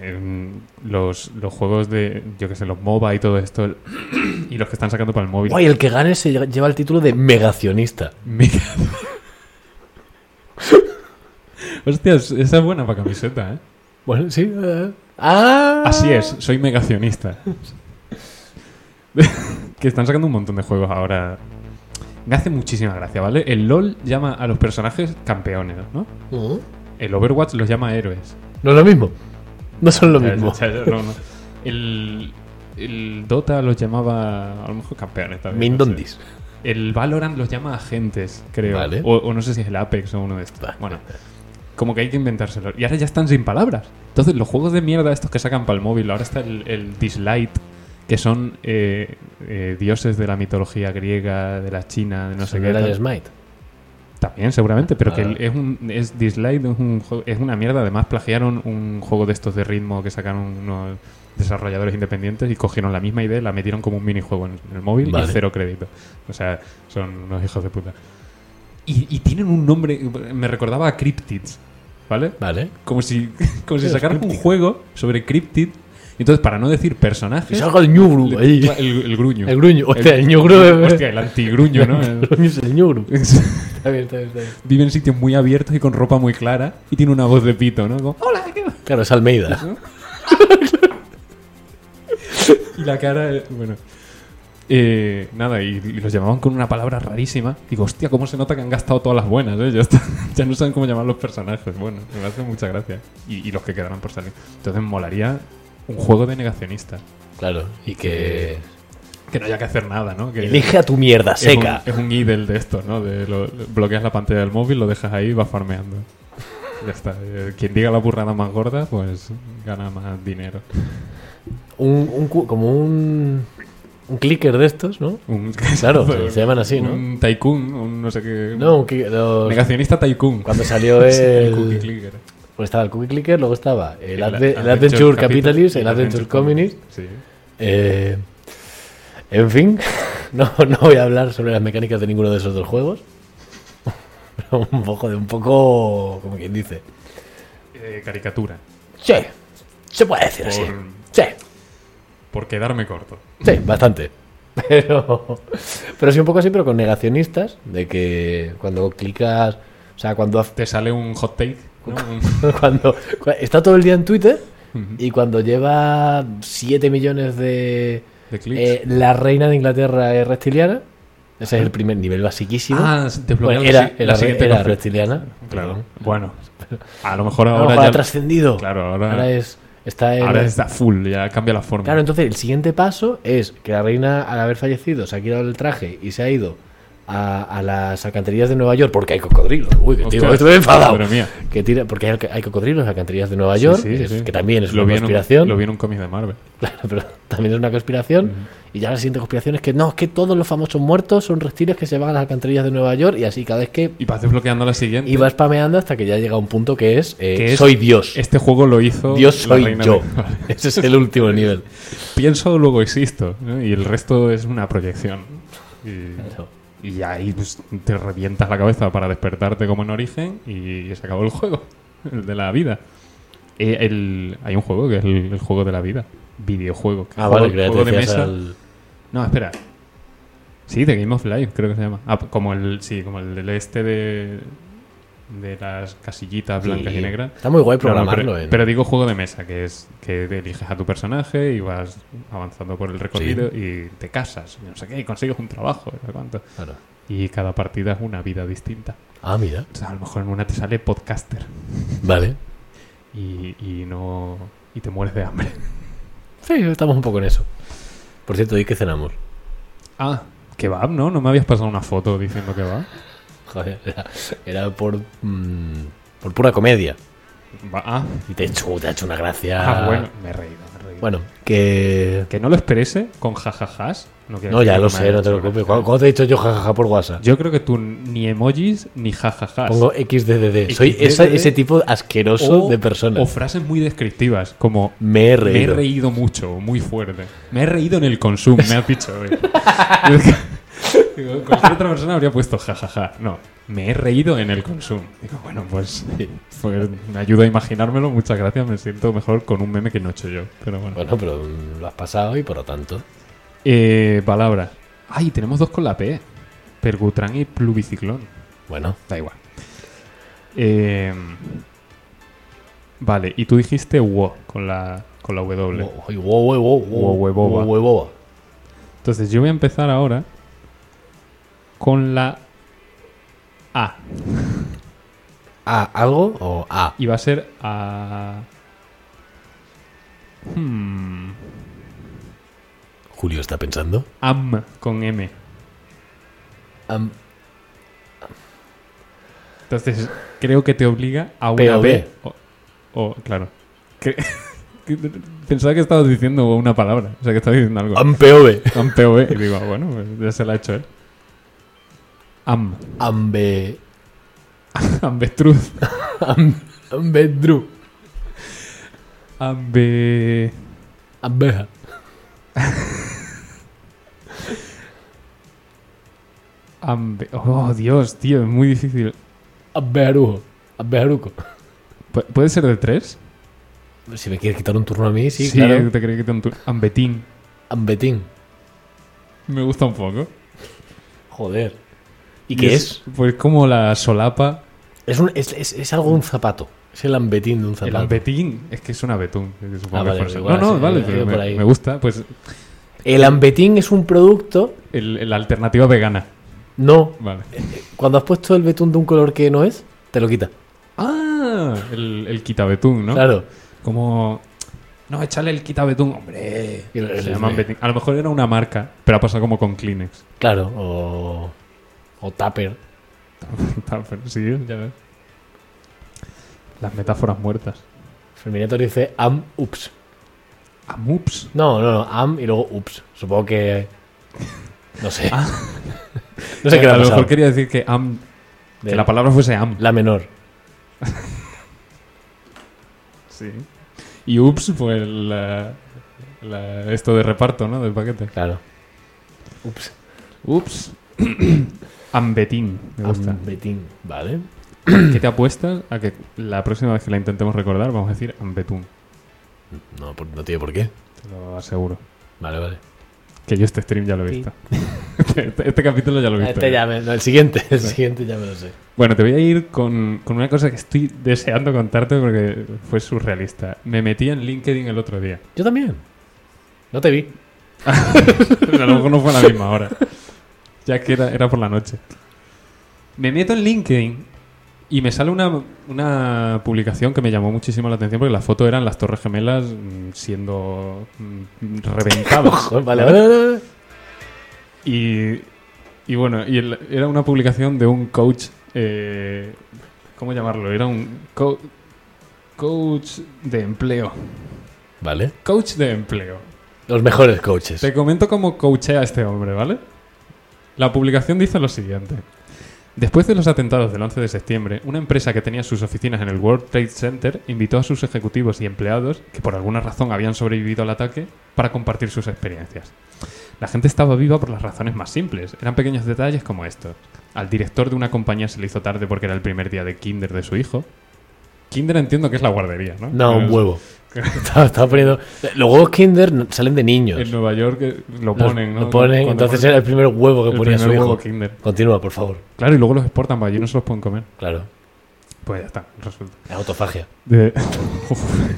Speaker 2: eh, los, los juegos de, yo qué sé, los MOBA y todo esto, el- y los que están sacando para el móvil.
Speaker 1: Guay, el que gane se lleva el título de megacionista.
Speaker 2: Mega- Hostias, esa es buena para camiseta, ¿eh?
Speaker 1: Bueno, sí. eh. Ah,
Speaker 2: Así es, soy negacionista. que están sacando un montón de juegos ahora. Me hace muchísima gracia, ¿vale? El LOL llama a los personajes campeones, ¿no?
Speaker 1: ¿Mm?
Speaker 2: El Overwatch los llama héroes.
Speaker 1: No es lo mismo. No son lo
Speaker 2: Ya, ya,
Speaker 1: mismo.
Speaker 2: ya, ya, no, no. El, el Dota los llamaba a lo mejor campeones también. no sé.
Speaker 1: Mindondis.
Speaker 2: El Valorant los llama agentes, creo.
Speaker 1: Vale.
Speaker 2: O, o no sé si es el Apex o uno de estos.
Speaker 1: Va.
Speaker 2: Bueno, como que hay que inventárselo. Y ahora ya están sin palabras. Entonces, los juegos de mierda estos que sacan para el móvil, ahora está el, el Dislight, que son eh, eh, dioses de la mitología griega, de la China, de no sé
Speaker 1: Son
Speaker 2: qué.
Speaker 1: era
Speaker 2: tal.
Speaker 1: el Smite.
Speaker 2: También, seguramente, pero que
Speaker 1: Ah.
Speaker 2: el- es un es Dislight, es, un juego- es una mierda. Además, plagiaron un juego de estos de ritmo que sacaron unos desarrolladores independientes y cogieron la misma idea, y la metieron como un minijuego en, en el móvil
Speaker 1: Vale.
Speaker 2: y cero crédito. O sea, son unos hijos de puta. Y, y tienen un nombre, me recordaba a Cryptids, ¿vale?
Speaker 1: Vale.
Speaker 2: Como si, como si
Speaker 1: es
Speaker 2: sacaran un
Speaker 1: críptico.
Speaker 2: juego sobre Cryptid. Entonces, para no decir
Speaker 1: Que
Speaker 2: personajes,
Speaker 1: salga el ñugru
Speaker 2: le-
Speaker 1: ahí.
Speaker 2: el, el gruño.
Speaker 1: El gruño. Hostia, el ñugru.
Speaker 2: Hostia, el antigruño, ¿no?
Speaker 1: El gruño es el ñugru.
Speaker 2: El-
Speaker 1: Está bien, está bien, está bien.
Speaker 2: vive en sitios muy abiertos y con ropa muy clara y tiene una voz de pito, ¿no? Como, "Hola",
Speaker 1: Claro, es Almeida.
Speaker 2: y la cara, eh, bueno. Eh, nada, y, y los llamaban con una palabra rarísima. Digo, hostia, cómo se nota que han gastado todas las buenas, ¿eh? Ya, está- ya no saben cómo llamar los personajes. Bueno, me hace mucha gracia. Y, y los que quedarán por salir. Entonces molaría un juego de negacionista.
Speaker 1: Claro. Y que.
Speaker 2: Que no haya que hacer nada, ¿no? Que
Speaker 1: Elige a tu mierda
Speaker 2: es un,
Speaker 1: seca.
Speaker 2: es un idle de esto, ¿no? De lo- bloqueas la pantalla del móvil, lo dejas ahí y vas farmeando. Ya está. Eh, quien diga la burrada más gorda, pues gana más dinero.
Speaker 1: Un, un cu- como un. Un clicker de estos, ¿no?
Speaker 2: Un-
Speaker 1: Claro, se- se llaman así, ¿no?
Speaker 2: Un tycoon, un no sé qué.
Speaker 1: No, un clicker. los-
Speaker 2: negacionista tycoon.
Speaker 1: Cuando salió
Speaker 2: Sí,
Speaker 1: el-
Speaker 2: cookie clicker.
Speaker 1: Pues estaba el Cookie Clicker, luego estaba el,
Speaker 2: El
Speaker 1: Adve- el
Speaker 2: Adventure
Speaker 1: Adventure
Speaker 2: Capital-
Speaker 1: Capitalist, el Adventure Communist. Eh, en fin, no, no voy a hablar sobre las mecánicas de ninguno de esos dos juegos. un poco de un poco, como quien dice.
Speaker 2: Sí. Eh, caricatura.
Speaker 1: Sí, se puede decir así.
Speaker 2: Por,
Speaker 1: Sí,
Speaker 2: por quedarme corto.
Speaker 1: sí, bastante. Pero, pero sí, un poco así, pero con negacionistas, de que cuando clicas, o sea, cuando, haz-
Speaker 2: Te sale un hot take. ¿no? Un-
Speaker 1: cuando cua- está todo el día en Twitter
Speaker 2: Ujú.
Speaker 1: y cuando lleva 7 millones de...
Speaker 2: de clics.
Speaker 1: Eh, la reina de Inglaterra es reptiliana. Ese es el primer nivel basiquísimo.
Speaker 2: ah, desbloqueas
Speaker 1: Bueno, era,
Speaker 2: la, si-
Speaker 1: era,
Speaker 2: la siguiente
Speaker 1: era
Speaker 2: confe-
Speaker 1: reptiliana.
Speaker 2: Claro. Bueno, a lo mejor
Speaker 1: Ahora,
Speaker 2: ahora
Speaker 1: ha
Speaker 2: ya.
Speaker 1: trascendido.
Speaker 2: Claro, ahora,
Speaker 1: Ahora es. Está en-
Speaker 2: ahora está full, ya cambia la forma.
Speaker 1: Claro, entonces el siguiente paso es que la reina, al haber fallecido, se ha quitado el traje y se ha ido a, a las alcantarillas de Nueva York porque hay cocodrilos. Uy, que tío,
Speaker 2: Hostia,
Speaker 1: estoy enfadado.
Speaker 2: madre mía.
Speaker 1: Que tira, porque hay, alca- hay cocodrilos en las alcantarillas de Nueva York,
Speaker 2: Sí, sí,
Speaker 1: es-
Speaker 2: sí.
Speaker 1: que también es
Speaker 2: Lo
Speaker 1: una
Speaker 2: vi en un-
Speaker 1: conspiración.
Speaker 2: Lo vi en un cómic de Marvel.
Speaker 1: Claro, pero también es una conspiración. Y ya la siguiente conspiración es que no, es que todos los famosos muertos son reptiles que se van a las alcantarillas de Nueva York y así cada vez que
Speaker 2: Y vas desbloqueando la siguiente.
Speaker 1: iba spameando hasta que ya llega un punto que es, eh,
Speaker 2: Que es-
Speaker 1: soy Dios.
Speaker 2: Este juego lo hizo.
Speaker 1: Dios
Speaker 2: la
Speaker 1: soy
Speaker 2: reina
Speaker 1: yo.
Speaker 2: de-
Speaker 1: Ese es el último nivel.
Speaker 2: Pienso, luego existo. ¿no? Y el resto es una proyección. Y,
Speaker 1: Claro.
Speaker 2: y ahí pues, te revientas la cabeza para despertarte como en origen y se acabó el juego. El de la vida. Eh, el- hay un juego que es el, el juego de la vida. Videojuego. que
Speaker 1: Ah,
Speaker 2: juego-
Speaker 1: vale, que ya te
Speaker 2: juego de
Speaker 1: decías
Speaker 2: mesa.
Speaker 1: al-
Speaker 2: No, espera. Sí, The Game of Life, creo que se llama. Ah, como el, sí, como el del este de, de las casillitas blancas
Speaker 1: Sí.
Speaker 2: y negras.
Speaker 1: Está muy guay
Speaker 2: No, no,
Speaker 1: programarlo. eh.
Speaker 2: pero,
Speaker 1: en-
Speaker 2: pero digo juego de mesa, que es que eliges a tu personaje y vas avanzando por el recorrido y te casas, y no sé qué, y consigues un trabajo, no sé cuánto.
Speaker 1: claro.
Speaker 2: Y cada partida es una vida distinta.
Speaker 1: Ah, mira.
Speaker 2: O sea, a lo mejor en una te sale podcaster
Speaker 1: Vale.
Speaker 2: y, y no y te mueres de hambre.
Speaker 1: Sí, estamos un poco en eso. Por cierto, hoy que cenamos.
Speaker 2: Ah, kebab, ¿no? No me habías pasado una foto diciendo kebab.
Speaker 1: Joder, era, era por, mm, por pura comedia.
Speaker 2: Va, ah,
Speaker 1: Y te ha hecho, te ha hecho una gracia.
Speaker 2: ah, bueno, me he reído, me he reído.
Speaker 1: Bueno, que.
Speaker 2: Que no lo expresé con jajajas. No, quiere
Speaker 1: No,
Speaker 2: decir
Speaker 1: ya
Speaker 2: que
Speaker 1: lo
Speaker 2: me
Speaker 1: sé,
Speaker 2: haya
Speaker 1: no te
Speaker 2: hecho
Speaker 1: preocupes.
Speaker 2: gracia.
Speaker 1: ¿Cuándo, cuándo te he dicho yo jajaja por WhatsApp?
Speaker 2: Yo creo que tú ni emojis ni jajajas.
Speaker 1: Pongo XDDD. Soy
Speaker 2: XDDD.
Speaker 1: esa- ese tipo asqueroso de persona.
Speaker 2: o frases muy descriptivas, como
Speaker 1: Me he
Speaker 2: me he
Speaker 1: reído.
Speaker 2: reído mucho, muy fuerte. Me he reído en el consumo, me has dicho. hoy. Digo, cualquier otra persona habría puesto jajaja. No, me he reído en el consumo. Digo, bueno, pues, pues me ayuda a imaginármelo. Muchas gracias, me siento mejor con un meme que no he hecho yo. Pero bueno.
Speaker 1: Bueno, pero mm, lo has pasado y por lo tanto.
Speaker 2: Eh, palabras. Ay, tenemos dos con la P. Pergutrán y plubiciclón.
Speaker 1: Bueno,
Speaker 2: Da igual. Eh, vale, y tú dijiste wo con la, con la W.
Speaker 1: Wo- uy, wo- wo- wo- wo-
Speaker 2: Wo- huevoba.
Speaker 1: wo- huevoba.
Speaker 2: Entonces yo voy a empezar ahora con la A.
Speaker 1: ¿A algo o a?
Speaker 2: Y va a ser a... Hmm,
Speaker 1: Julio está pensando.
Speaker 2: am con M.
Speaker 1: Am-
Speaker 2: Entonces creo que te obliga a una
Speaker 1: POV.
Speaker 2: B. O, o- claro. Que- Pensaba que estabas diciendo una palabra. O sea, que estabas diciendo algo.
Speaker 1: Ampov.
Speaker 2: Am POV. Y digo, bueno, pues ya se la ha hecho él. Am.
Speaker 1: Ambe.
Speaker 2: Ambestruz.
Speaker 1: am- Ambedru.
Speaker 2: Ambe.
Speaker 1: Ambeja.
Speaker 2: Ambe. Oh, Dios, tío, es muy difícil.
Speaker 1: Ambejarujo. Ambejaruco.
Speaker 2: Pu- ¿Puede ser de tres?
Speaker 1: Si me quieres quitar un turno a mí, sí, claro.
Speaker 2: te creí que te un tur- Ambetín.
Speaker 1: Ambetín.
Speaker 2: Me gusta un poco.
Speaker 1: Joder. ¿Y qué es?
Speaker 2: Pues como la solapa.
Speaker 1: Es, un- es, es- es algo de un zapato. Es el ambetín de un
Speaker 2: El
Speaker 1: zapato.
Speaker 2: ambetín. Es que es un abetún. que supongo
Speaker 1: Ah,
Speaker 2: que
Speaker 1: vale,
Speaker 2: por eso.
Speaker 1: igual,
Speaker 2: no, no,
Speaker 1: sí,
Speaker 2: vale,
Speaker 1: eh,
Speaker 2: pero
Speaker 1: por
Speaker 2: me,
Speaker 1: ahí.
Speaker 2: me gusta. Pues
Speaker 1: el ambetín es un producto.
Speaker 2: el- la alternativa vegana.
Speaker 1: No.
Speaker 2: Vale.
Speaker 1: Cuando has puesto el betún de un color que no es, te lo quita.
Speaker 2: Ah, el, el quitabetún, ¿no?
Speaker 1: Claro.
Speaker 2: Como. No, échale el quitabetún, hombre.
Speaker 1: Y el-
Speaker 2: Eh, Se
Speaker 1: el-
Speaker 2: llaman betín. A lo mejor era una marca, pero ha pasado como con Kleenex.
Speaker 1: Claro. O. O tupper.
Speaker 2: Pero sí, ya ves. Las metáforas muertas.
Speaker 1: Ferminator dice am ups.
Speaker 2: Amups.
Speaker 1: No, no, no. Am y luego ups. Supongo que. No sé.
Speaker 2: Ah,
Speaker 1: no sé qué le
Speaker 2: a
Speaker 1: ha
Speaker 2: lo
Speaker 1: pasado.
Speaker 2: mejor quería decir que am.
Speaker 1: De-
Speaker 2: Que la palabra fuese am.
Speaker 1: la menor.
Speaker 2: Sí. Y ups, pues la- la- esto de reparto, ¿no? Del paquete.
Speaker 1: Claro. Ups.
Speaker 2: Ups. Ambetín. Me gusta.
Speaker 1: Ambetín. Vale.
Speaker 2: ¿Qué te apuestas a que la próxima vez que la intentemos recordar vamos a decir ambetún?
Speaker 1: No, por- no tiene por qué.
Speaker 2: Te lo aseguro.
Speaker 1: Vale, vale.
Speaker 2: Que yo este stream ya lo he visto. este, este capítulo ya lo he visto.
Speaker 1: Este ya me- no, el siguiente, el siguiente ya me lo sé.
Speaker 2: Bueno, te voy a ir con, con una cosa que estoy deseando contarte porque fue surrealista. Me metí en LinkedIn el otro día.
Speaker 1: Yo también. No te vi.
Speaker 2: Pero a lo mejor no fue a la misma hora. Ya que era, era por la noche. Me meto en LinkedIn y me sale una, una publicación que me llamó muchísimo la atención porque la foto eran las Torres Gemelas mm, siendo mm, reventadas.
Speaker 1: Joder, vale, vale, vale, vale.
Speaker 2: Y Y bueno, y el- era una publicación de un coach. eh, ¿Cómo llamarlo? Era un co- coach de empleo.
Speaker 1: ¿Vale?
Speaker 2: Coach de empleo.
Speaker 1: Los mejores coaches.
Speaker 2: Te comento cómo coachea a este hombre, ¿vale? La publicación dice lo siguiente. Después de los atentados del 11 de septiembre, una empresa que tenía sus oficinas en el World Trade Center invitó a sus ejecutivos y empleados, que por alguna razón habían sobrevivido al ataque, para compartir sus experiencias. La gente estaba viva por las razones más simples, eran pequeños detalles como estos. Al director de una compañía se le hizo tarde porque era el primer día de kinder de su hijo. Kinder entiendo que es la guardería, ¿no?
Speaker 1: No,
Speaker 2: Pero es-
Speaker 1: un huevo. estaba, estaba poniendo... Los huevos Kinder n- salen de niños.
Speaker 2: En Nueva York eh, lo
Speaker 1: Los-
Speaker 2: ponen, ¿no?
Speaker 1: Lo ponen,
Speaker 2: Cuando
Speaker 1: entonces
Speaker 2: ponen
Speaker 1: era el primer huevo que
Speaker 2: el
Speaker 1: ponía su
Speaker 2: primer
Speaker 1: hijo.
Speaker 2: huevo Kinder.
Speaker 1: Continúa, por favor.
Speaker 2: Claro, y luego los exportan para allí, no se los pueden comer.
Speaker 1: Claro.
Speaker 2: Pues ya está, resulta.
Speaker 1: La autofagia.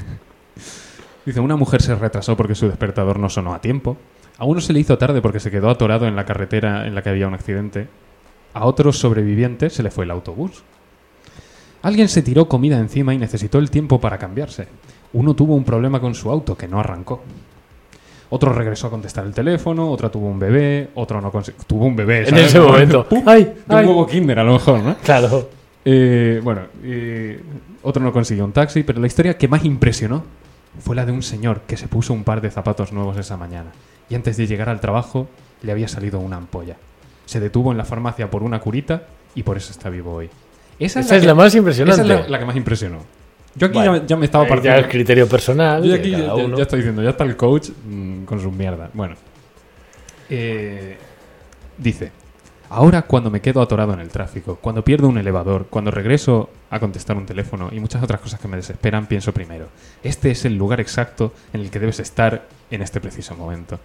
Speaker 2: Dice, una mujer se retrasó porque su despertador no sonó a tiempo. A uno se le hizo tarde porque se quedó atorado en la carretera en la que había un accidente. A otro sobreviviente se le fue el autobús. Alguien se tiró comida encima y necesitó el tiempo para cambiarse. Uno tuvo un problema con su auto que no arrancó. Otro regresó a contestar el teléfono, otra tuvo un bebé, otro no consi- Tuvo un bebé.
Speaker 1: En
Speaker 2: ¿sabes?
Speaker 1: ese momento.
Speaker 2: ¡Pum!
Speaker 1: ¡Ay!
Speaker 2: De un
Speaker 1: ay.
Speaker 2: huevo kinder, a lo mejor, ¿no?
Speaker 1: Claro.
Speaker 2: Eh, bueno, eh, otro no consiguió un taxi, pero la historia que más impresionó fue la de un señor que se puso un par de zapatos nuevos esa mañana y antes de llegar al trabajo le había salido una ampolla. Se detuvo en la farmacia por una curita y por eso está vivo hoy. Esa
Speaker 1: Esa es la más impresionante.
Speaker 2: esa es la- la que más impresionó. Yo aquí
Speaker 1: Bueno,
Speaker 2: ya, ya me estaba
Speaker 1: Eh, ya
Speaker 2: partiendo.
Speaker 1: es criterio personal.
Speaker 2: Yo
Speaker 1: de
Speaker 2: aquí ya,
Speaker 1: cada
Speaker 2: ya-
Speaker 1: uno.
Speaker 2: ya estoy diciendo, ya está el coach mm, con sus mierdas. Bueno. Eh, dice, ahora cuando me quedo atorado en el tráfico, cuando pierdo un elevador, cuando regreso a contestar un teléfono y muchas otras cosas que me desesperan, pienso primero, este es el lugar exacto en el que debes estar en este preciso momento.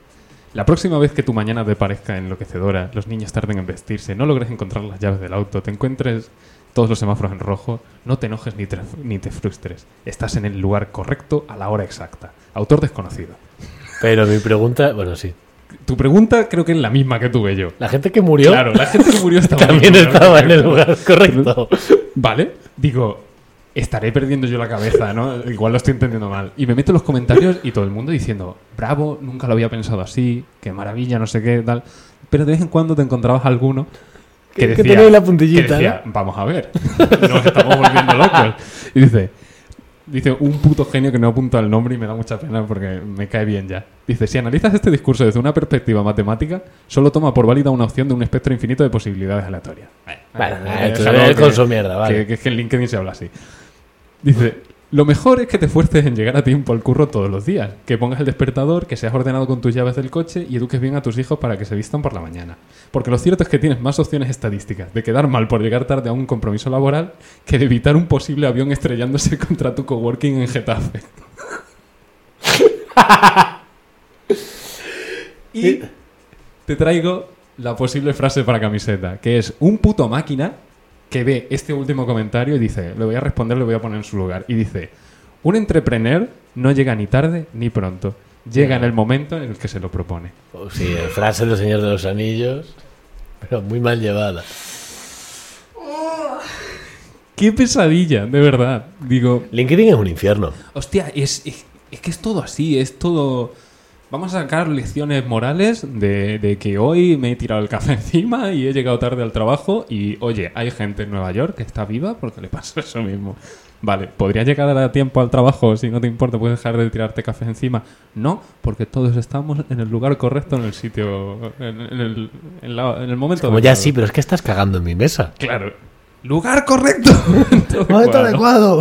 Speaker 2: La próxima vez que tu mañana te parezca enloquecedora, los niños tarden en vestirse, no logres encontrar las llaves del auto, te encuentres todos los semáforos en rojo, no te enojes ni te, ni te frustres. Estás en el lugar correcto a la hora exacta. Autor desconocido.
Speaker 1: Pero mi pregunta, bueno, sí.
Speaker 2: Tu pregunta creo que es la misma que tuve yo.
Speaker 1: La gente que murió
Speaker 2: Claro, la gente que murió estaba
Speaker 1: también
Speaker 2: ahí, ¿no?
Speaker 1: estaba en el lugar correcto.
Speaker 2: Vale, digo, estaré perdiendo yo la cabeza, ¿no? Igual lo estoy entendiendo mal. Y me meto en los comentarios y todo el mundo diciendo, bravo, nunca lo había pensado así, qué maravilla, no sé qué, tal. Pero de vez en cuando te encontrabas alguno
Speaker 1: Que-
Speaker 2: que
Speaker 1: que
Speaker 2: decía,
Speaker 1: tenía ahí la puntillita,
Speaker 2: que decía, vamos a ver, nos estamos volviendo locos. Y dice, dice, un puto genio que no apunta el nombre y me da mucha pena porque me cae bien ya. Dice, si analizas este discurso desde una perspectiva matemática, solo toma por válida una opción de un espectro infinito de posibilidades aleatorias.
Speaker 1: Vale,
Speaker 2: Eh,
Speaker 1: tú
Speaker 2: déjalo
Speaker 1: eres
Speaker 2: que-
Speaker 1: con su mierda, vale.
Speaker 2: que- que es que en LinkedIn se habla así. Dice, lo mejor es que te esfuerces en llegar a tiempo al curro todos los días, que pongas el despertador, que seas ordenado con tus llaves del coche y eduques bien a tus hijos para que se vistan por la mañana. Porque lo cierto es que tienes más opciones estadísticas de quedar mal por llegar tarde a un compromiso laboral que de evitar un posible avión estrellándose contra tu coworking en Getafe.
Speaker 1: Eh,
Speaker 2: y te traigo la posible frase para camiseta, que es un puto máquina que ve este último comentario y dice, le voy a responder, le voy a poner en su lugar. Y dice, un entrepreneur no llega ni tarde ni pronto, llega en el momento en el que se lo propone.
Speaker 1: Oh, Sí, eh, frase del Señor de los Anillos, pero muy mal llevada.
Speaker 2: ¡Qué pesadilla, de verdad! Digo,
Speaker 1: LinkedIn es un infierno.
Speaker 2: hostia, es, es- es que es todo así, es todo... Vamos a sacar lecciones morales de, de que hoy me he tirado el café encima y he llegado tarde al trabajo y, oye, hay gente en Nueva York que está viva porque le pasó eso mismo. Vale, ¿podría llegar a tiempo al trabajo si no te importa? ¿Puedes dejar de tirarte café encima? No, porque todos estamos en el lugar correcto, en el sitio, en, en el, en la- en el momento.
Speaker 1: Como ya
Speaker 2: adecuado.
Speaker 1: sí, pero es que estás cagando en mi mesa.
Speaker 2: Claro. ¡Lugar correcto! Todo
Speaker 1: Momento
Speaker 2: adecuado.
Speaker 1: adecuado.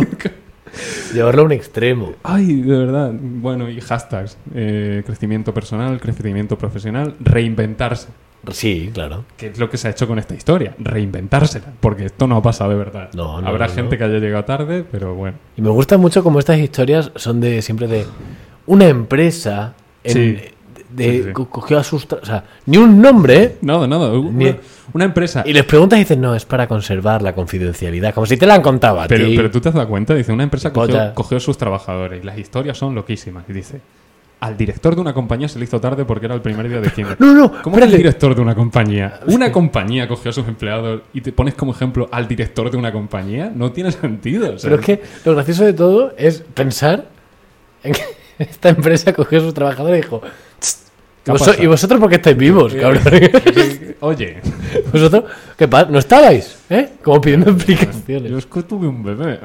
Speaker 1: Llevarlo a un extremo.
Speaker 2: Ay, de verdad. Bueno, y hashtags. eh, crecimiento personal, crecimiento profesional, reinventarse.
Speaker 1: Sí, claro.
Speaker 2: Que es lo que se ha hecho con esta historia. Reinventársela. Porque esto no ha pasado de verdad.
Speaker 1: No, no,
Speaker 2: Habrá
Speaker 1: no,
Speaker 2: gente
Speaker 1: no.
Speaker 2: que haya llegado tarde, pero bueno.
Speaker 1: Y me gusta mucho como estas historias son de siempre de una empresa en-
Speaker 2: Sí.
Speaker 1: de-
Speaker 2: Sí, sí, sí.
Speaker 1: co- cogió a sus... tra- O sea, ni un nombre, ¿eh?
Speaker 2: Nada, nada. Una,
Speaker 1: Ni-
Speaker 2: una empresa.
Speaker 1: Y les preguntas y dicen, no, es para conservar la confidencialidad, como si te la han contado a
Speaker 2: Pero,
Speaker 1: ti.
Speaker 2: pero tú te has dado cuenta, dice, una empresa cogió,
Speaker 1: Polla.
Speaker 2: cogió sus trabajadores. Las historias son loquísimas. Y dice, al director de una compañía se le hizo tarde porque era el primer día de quimio.
Speaker 1: No, no,
Speaker 2: ¿Cómo eres el
Speaker 1: espérate.
Speaker 2: director de una compañía? Una compañía cogió a sus empleados y te pones como ejemplo al director de una compañía. No tiene sentido. o sea,
Speaker 1: Pero es que lo gracioso de todo es pensar en que esta empresa cogió a sus trabajadores y dijo, "Tss,
Speaker 2: ¿Qué ha
Speaker 1: Vos-
Speaker 2: pasado?
Speaker 1: ¿Y vosotros por qué estáis vivos, cabrón?
Speaker 2: Oye,
Speaker 1: ¿Vosotros qué pasa? ¿No estabais? ¿Eh? Como pidiendo explicaciones.
Speaker 2: yo es que tuve un bebé.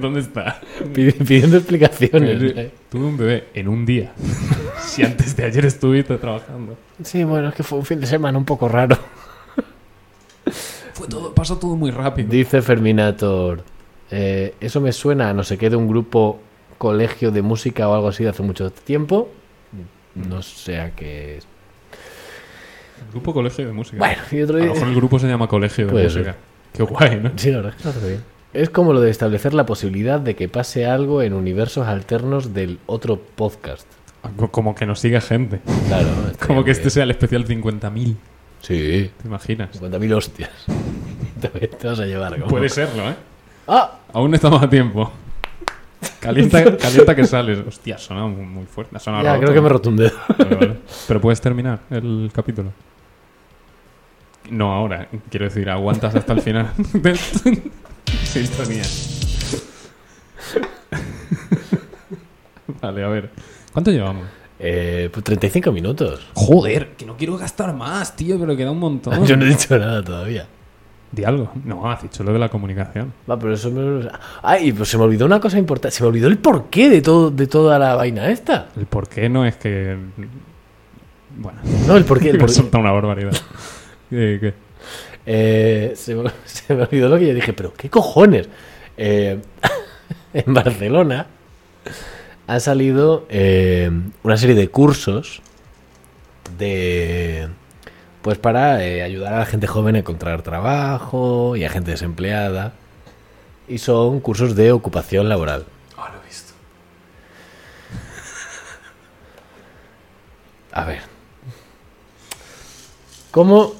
Speaker 2: ¿Dónde está?
Speaker 1: Pidi- Pidiendo explicaciones. eh.
Speaker 2: Tuve un bebé en un día. Si antes de ayer estuviste trabajando.
Speaker 1: Sí, bueno, es que fue un fin de semana un poco raro.
Speaker 2: Fue todo, pasó todo muy rápido.
Speaker 1: Dice Ferminator. eh, eso me suena a no sé qué de un grupo colegio de música o algo así de hace mucho tiempo. No sé a qué es.
Speaker 2: Grupo Colegio de Música.
Speaker 1: Bueno, y
Speaker 2: a
Speaker 1: otro
Speaker 2: lo
Speaker 1: día.
Speaker 2: mejor el grupo se llama Colegio de
Speaker 1: Puede
Speaker 2: Música. Qué guay, ¿no?
Speaker 1: Sí, la verdad es que lo hace Ah, bien. Es como lo de establecer la posibilidad de que pase algo en universos alternos del otro podcast.
Speaker 2: Co- Como que nos siga gente.
Speaker 1: Claro. estaría
Speaker 2: Como
Speaker 1: muy
Speaker 2: que este
Speaker 1: bien.
Speaker 2: sea el especial 50.000.
Speaker 1: Sí.
Speaker 2: ¿Te imaginas?
Speaker 1: 50.000 hostias. Te, te vas a llevar. como-
Speaker 2: Puede serlo, ¿eh?
Speaker 1: ¡Ah!
Speaker 2: Aún estamos a tiempo. Calienta, calienta que sales. Hostia, suena muy, muy fuerte. Suena
Speaker 1: ya, creo que me rotundé.
Speaker 2: Vale, vale. Pero puedes terminar el capítulo. No ahora, quiero decir, aguantas hasta el final. Sintonía. Vale, a ver. ¿Cuánto llevamos?
Speaker 1: Eh, pues 35 minutos.
Speaker 2: Joder, que no quiero gastar más, tío, pero queda un montón.
Speaker 1: Yo no he dicho nada todavía.
Speaker 2: Di algo. No, has dicho lo de la comunicación.
Speaker 1: Va, pero eso me... Ay, pues se me olvidó una cosa importante. Se me olvidó el porqué de, todo, de toda la vaina esta.
Speaker 2: El por qué no es que. Bueno,
Speaker 1: No, el porqué. El
Speaker 2: me
Speaker 1: porqué.
Speaker 2: solta una barbaridad. Eh, ¿qué?
Speaker 1: Eh, se, me, se me olvidó lo que yo dije, pero ¿qué cojones? Eh, en Barcelona ha salido eh, una serie de cursos de... Pues para eh, ayudar a la gente joven a encontrar trabajo y a gente desempleada. Y son cursos de ocupación laboral.
Speaker 2: Ah, lo he visto.
Speaker 1: A ver. ¿Cómo?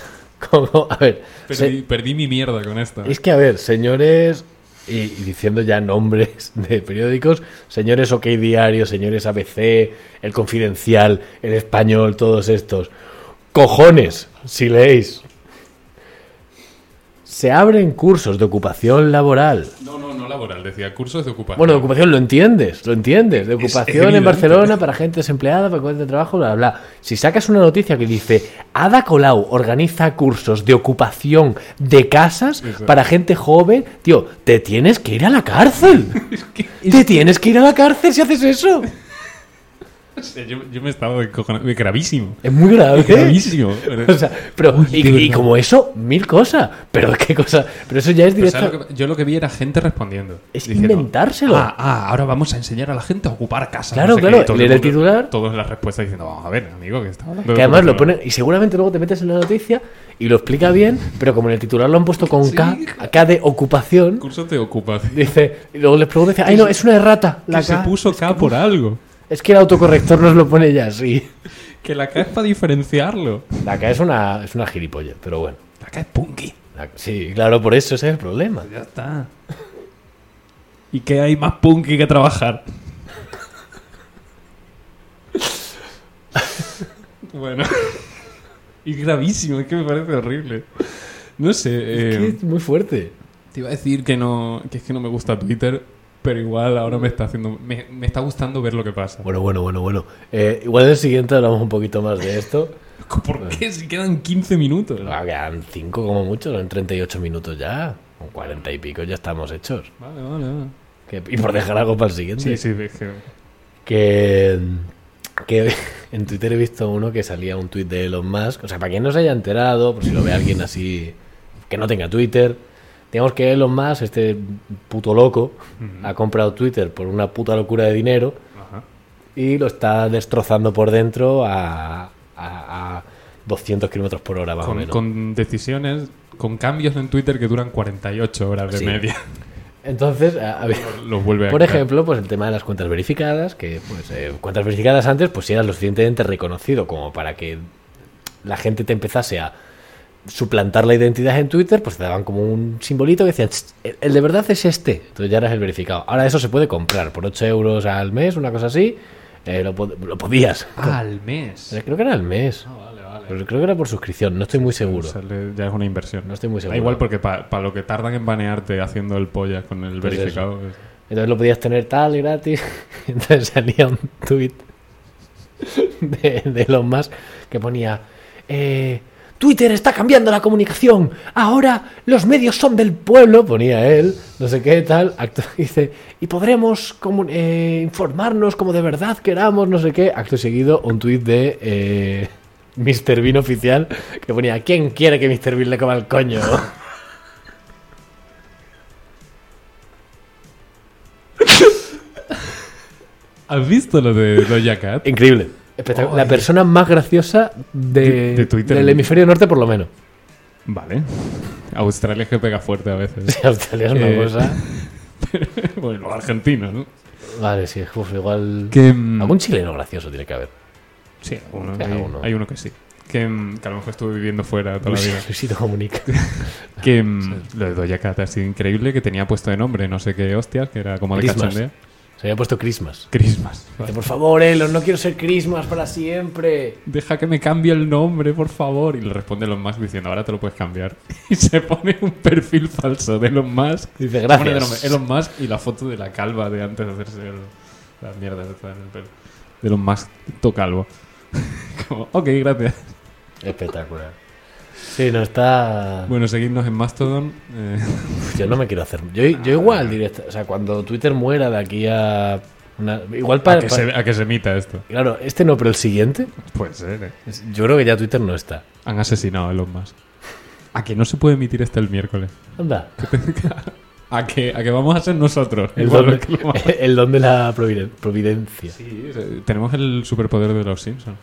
Speaker 1: ¿Cómo? A ver.
Speaker 2: Perdí,
Speaker 1: se-
Speaker 2: perdí mi mierda con esta.
Speaker 1: es que, a ver, señores, y, y diciendo ya nombres de periódicos, señores OK Diario, señores ABC, El Confidencial, El Español, todos estos. Cojones, si leéis. Se abren cursos de ocupación laboral.
Speaker 2: No, no, no laboral, decía cursos de ocupación.
Speaker 1: Bueno, de ocupación, lo entiendes, lo entiendes. De ocupación
Speaker 2: evidente.
Speaker 1: en Barcelona para gente desempleada, para encontrar trabajo, bla, bla. bla. Si sacas una noticia que dice Ada Colau organiza cursos de ocupación de casas
Speaker 2: Eso.
Speaker 1: para gente joven, tío, te tienes que ir a la cárcel. Te tienes que ir a la cárcel si haces eso.
Speaker 2: O sea, yo, yo me estaba descojonando. Gravísimo.
Speaker 1: Es muy grave.
Speaker 2: Gravísimo.
Speaker 1: O sea, pero,
Speaker 2: ¿Eh? Uy,
Speaker 1: y,
Speaker 2: de
Speaker 1: y
Speaker 2: verdad.
Speaker 1: como eso, mil cosas. Pero qué cosa. Pero eso ya es
Speaker 2: Pero ¿sabes
Speaker 1: directo.
Speaker 2: lo que- yo lo que vi era gente respondiendo.
Speaker 1: Es
Speaker 2: diciendo,
Speaker 1: inventárselo.
Speaker 2: Ah, ah, ahora vamos a enseñar a la gente a ocupar casas.
Speaker 1: Claro,
Speaker 2: qué,
Speaker 1: claro,
Speaker 2: y todo
Speaker 1: leer el
Speaker 2: mundo-
Speaker 1: titular.
Speaker 2: Todos las respuestas diciendo, vamos a ver, amigo, que está hablando.
Speaker 1: Que además lo ponen, y seguramente luego te metes en la noticia y lo explica bien, pero como en el titular lo han puesto con K, K de ocupación,
Speaker 2: Cursos de ocupación.
Speaker 1: dice, y luego les pregunto, dice, ay no, es una errata, la
Speaker 2: que se
Speaker 1: K.
Speaker 2: puso K por algo.
Speaker 1: Es que el autocorrector nos lo pone ya así.
Speaker 2: Que la K es para diferenciarlo.
Speaker 1: La K es una, es una gilipollas, pero bueno.
Speaker 2: La K es punky.
Speaker 1: La- sí, claro, por eso ese es el problema.
Speaker 2: Ya está. ¿Y qué hay más punky que trabajar? bueno. Y gravísimo, es que me parece horrible. No sé,
Speaker 1: Es que
Speaker 2: eh,
Speaker 1: es muy fuerte.
Speaker 2: te iba a decir que no que es que no me gusta Twitter, pero igual ahora me está haciendo me, me está gustando ver lo que pasa.
Speaker 1: Bueno, bueno, bueno, bueno. Eh, igual en el siguiente hablamos un poquito más de esto.
Speaker 2: ¿Por qué si quedan 15 minutos?
Speaker 1: Ah, Quedan 5 como mucho, son 38 minutos ya. Con 40 y pico ya estamos hechos.
Speaker 2: Vale, vale, vale.
Speaker 1: Que- y por dejar algo para el siguiente.
Speaker 2: Sí, sí, es que
Speaker 1: que, que en Twitter he visto uno que salía un tuit de Elon Musk. O sea, para quien no se haya enterado, por si lo ve alguien así que no tenga Twitter, digamos que Elon Musk, este puto loco, ha comprado Twitter por una puta locura de dinero
Speaker 2: ajá.
Speaker 1: y lo está destrozando por dentro a, a- a 200 kilómetros por hora, más o
Speaker 2: con,
Speaker 1: menos.
Speaker 2: con decisiones, con cambios en Twitter que duran 48 horas de
Speaker 1: Sí.
Speaker 2: media.
Speaker 1: Entonces, a- a ver.
Speaker 2: Los vuelve a
Speaker 1: Por
Speaker 2: quitar.
Speaker 1: ejemplo, pues el tema de las cuentas verificadas, que pues eh, cuentas verificadas antes pues si eras lo suficientemente reconocido como para que la gente te empezase a suplantar la identidad en Twitter, pues te daban como un simbolito que decían, "Tss, el- el de verdad es este, entonces ya eras el verificado. Ahora eso se puede comprar por 8 euros al mes, una cosa así, eh, lo, pod- lo podías. Eh,
Speaker 2: Al mes.
Speaker 1: Creo que era al mes,
Speaker 2: Ah, vale, vale.
Speaker 1: pero creo que era por suscripción, no estoy muy seguro.
Speaker 2: Sale- ya es una inversión.
Speaker 1: No estoy muy seguro.
Speaker 2: Da igual porque para lo que tardan en banearte haciendo el polla con el
Speaker 1: Pues
Speaker 2: verificado. es-
Speaker 1: Entonces lo podías tener tal gratis. Entonces salía un tuit de, de Elon Musk que ponía eh, Twitter está cambiando la comunicación ahora los medios son del pueblo ponía él no sé qué tal actu- dice y podremos comu- eh, informarnos como de verdad queramos no sé qué acto seguido un tuit de eh, Mr. Bean oficial que ponía ¿Quién quiere que Mr. Bean le coma el coño?
Speaker 2: ¿Has visto lo de Doja Cat?
Speaker 1: Increíble. Espectac- La persona más graciosa de,
Speaker 2: De- de Twitter.
Speaker 1: del hemisferio norte, por lo menos.
Speaker 2: Vale. Australia es que pega fuerte a veces.
Speaker 1: Australia es una
Speaker 2: Eh.
Speaker 1: cosa.
Speaker 2: bueno, los argentinos, ¿no?
Speaker 1: Vale, sí, uf, igual.
Speaker 2: Que, mm,
Speaker 1: Algún chileno gracioso tiene que haber.
Speaker 2: Sí, alguno.
Speaker 1: Sí,
Speaker 2: Hay,
Speaker 1: alguno.
Speaker 2: hay uno que sí. Que, mm, que a lo mejor estuve viviendo fuera toda la vida.
Speaker 1: Luisito comunica.
Speaker 2: Que mm, lo de Doja Cat ha sido increíble, que tenía puesto de nombre, no sé qué hostias, que era como de
Speaker 1: Christmas.
Speaker 2: cachondeo.
Speaker 1: Se había puesto Christmas.
Speaker 2: Christmas.
Speaker 1: Dice, por favor, Elon, no quiero ser Christmas para siempre.
Speaker 2: Deja que me cambie el nombre, por favor. Y le responde Elon Musk diciendo, ahora te lo puedes cambiar. Y se pone un perfil falso de Elon Musk.
Speaker 1: Dice,
Speaker 2: Se pone de
Speaker 1: gracias.
Speaker 2: nombre Elon Musk y la foto de la calva de antes de hacerse el, la mierda de en el pelo. De Elon Musk, to calvo. como, ok, gracias.
Speaker 1: Espectacular. Sí, no está.
Speaker 2: Bueno, seguidnos en Mastodon. eh,
Speaker 1: Yo no me quiero hacer. Yo, yo
Speaker 2: Ah,
Speaker 1: igual, directo. O sea, cuando Twitter muera de aquí a. una- Igual
Speaker 2: a,
Speaker 1: para.
Speaker 2: que se, a que se emita esto.
Speaker 1: Claro, este no, pero el siguiente.
Speaker 2: Puede ser, eh.
Speaker 1: Yo creo que ya Twitter no está.
Speaker 2: Han asesinado a Elon Musk. A que no se puede emitir hasta el miércoles.
Speaker 1: Anda.
Speaker 2: A que, a que vamos a ser nosotros.
Speaker 1: El
Speaker 2: Igual
Speaker 1: don,
Speaker 2: que Elon Musk.
Speaker 1: de, el don de la providen- providencia.
Speaker 2: Sí, se- tenemos el superpoder de los Simpsons.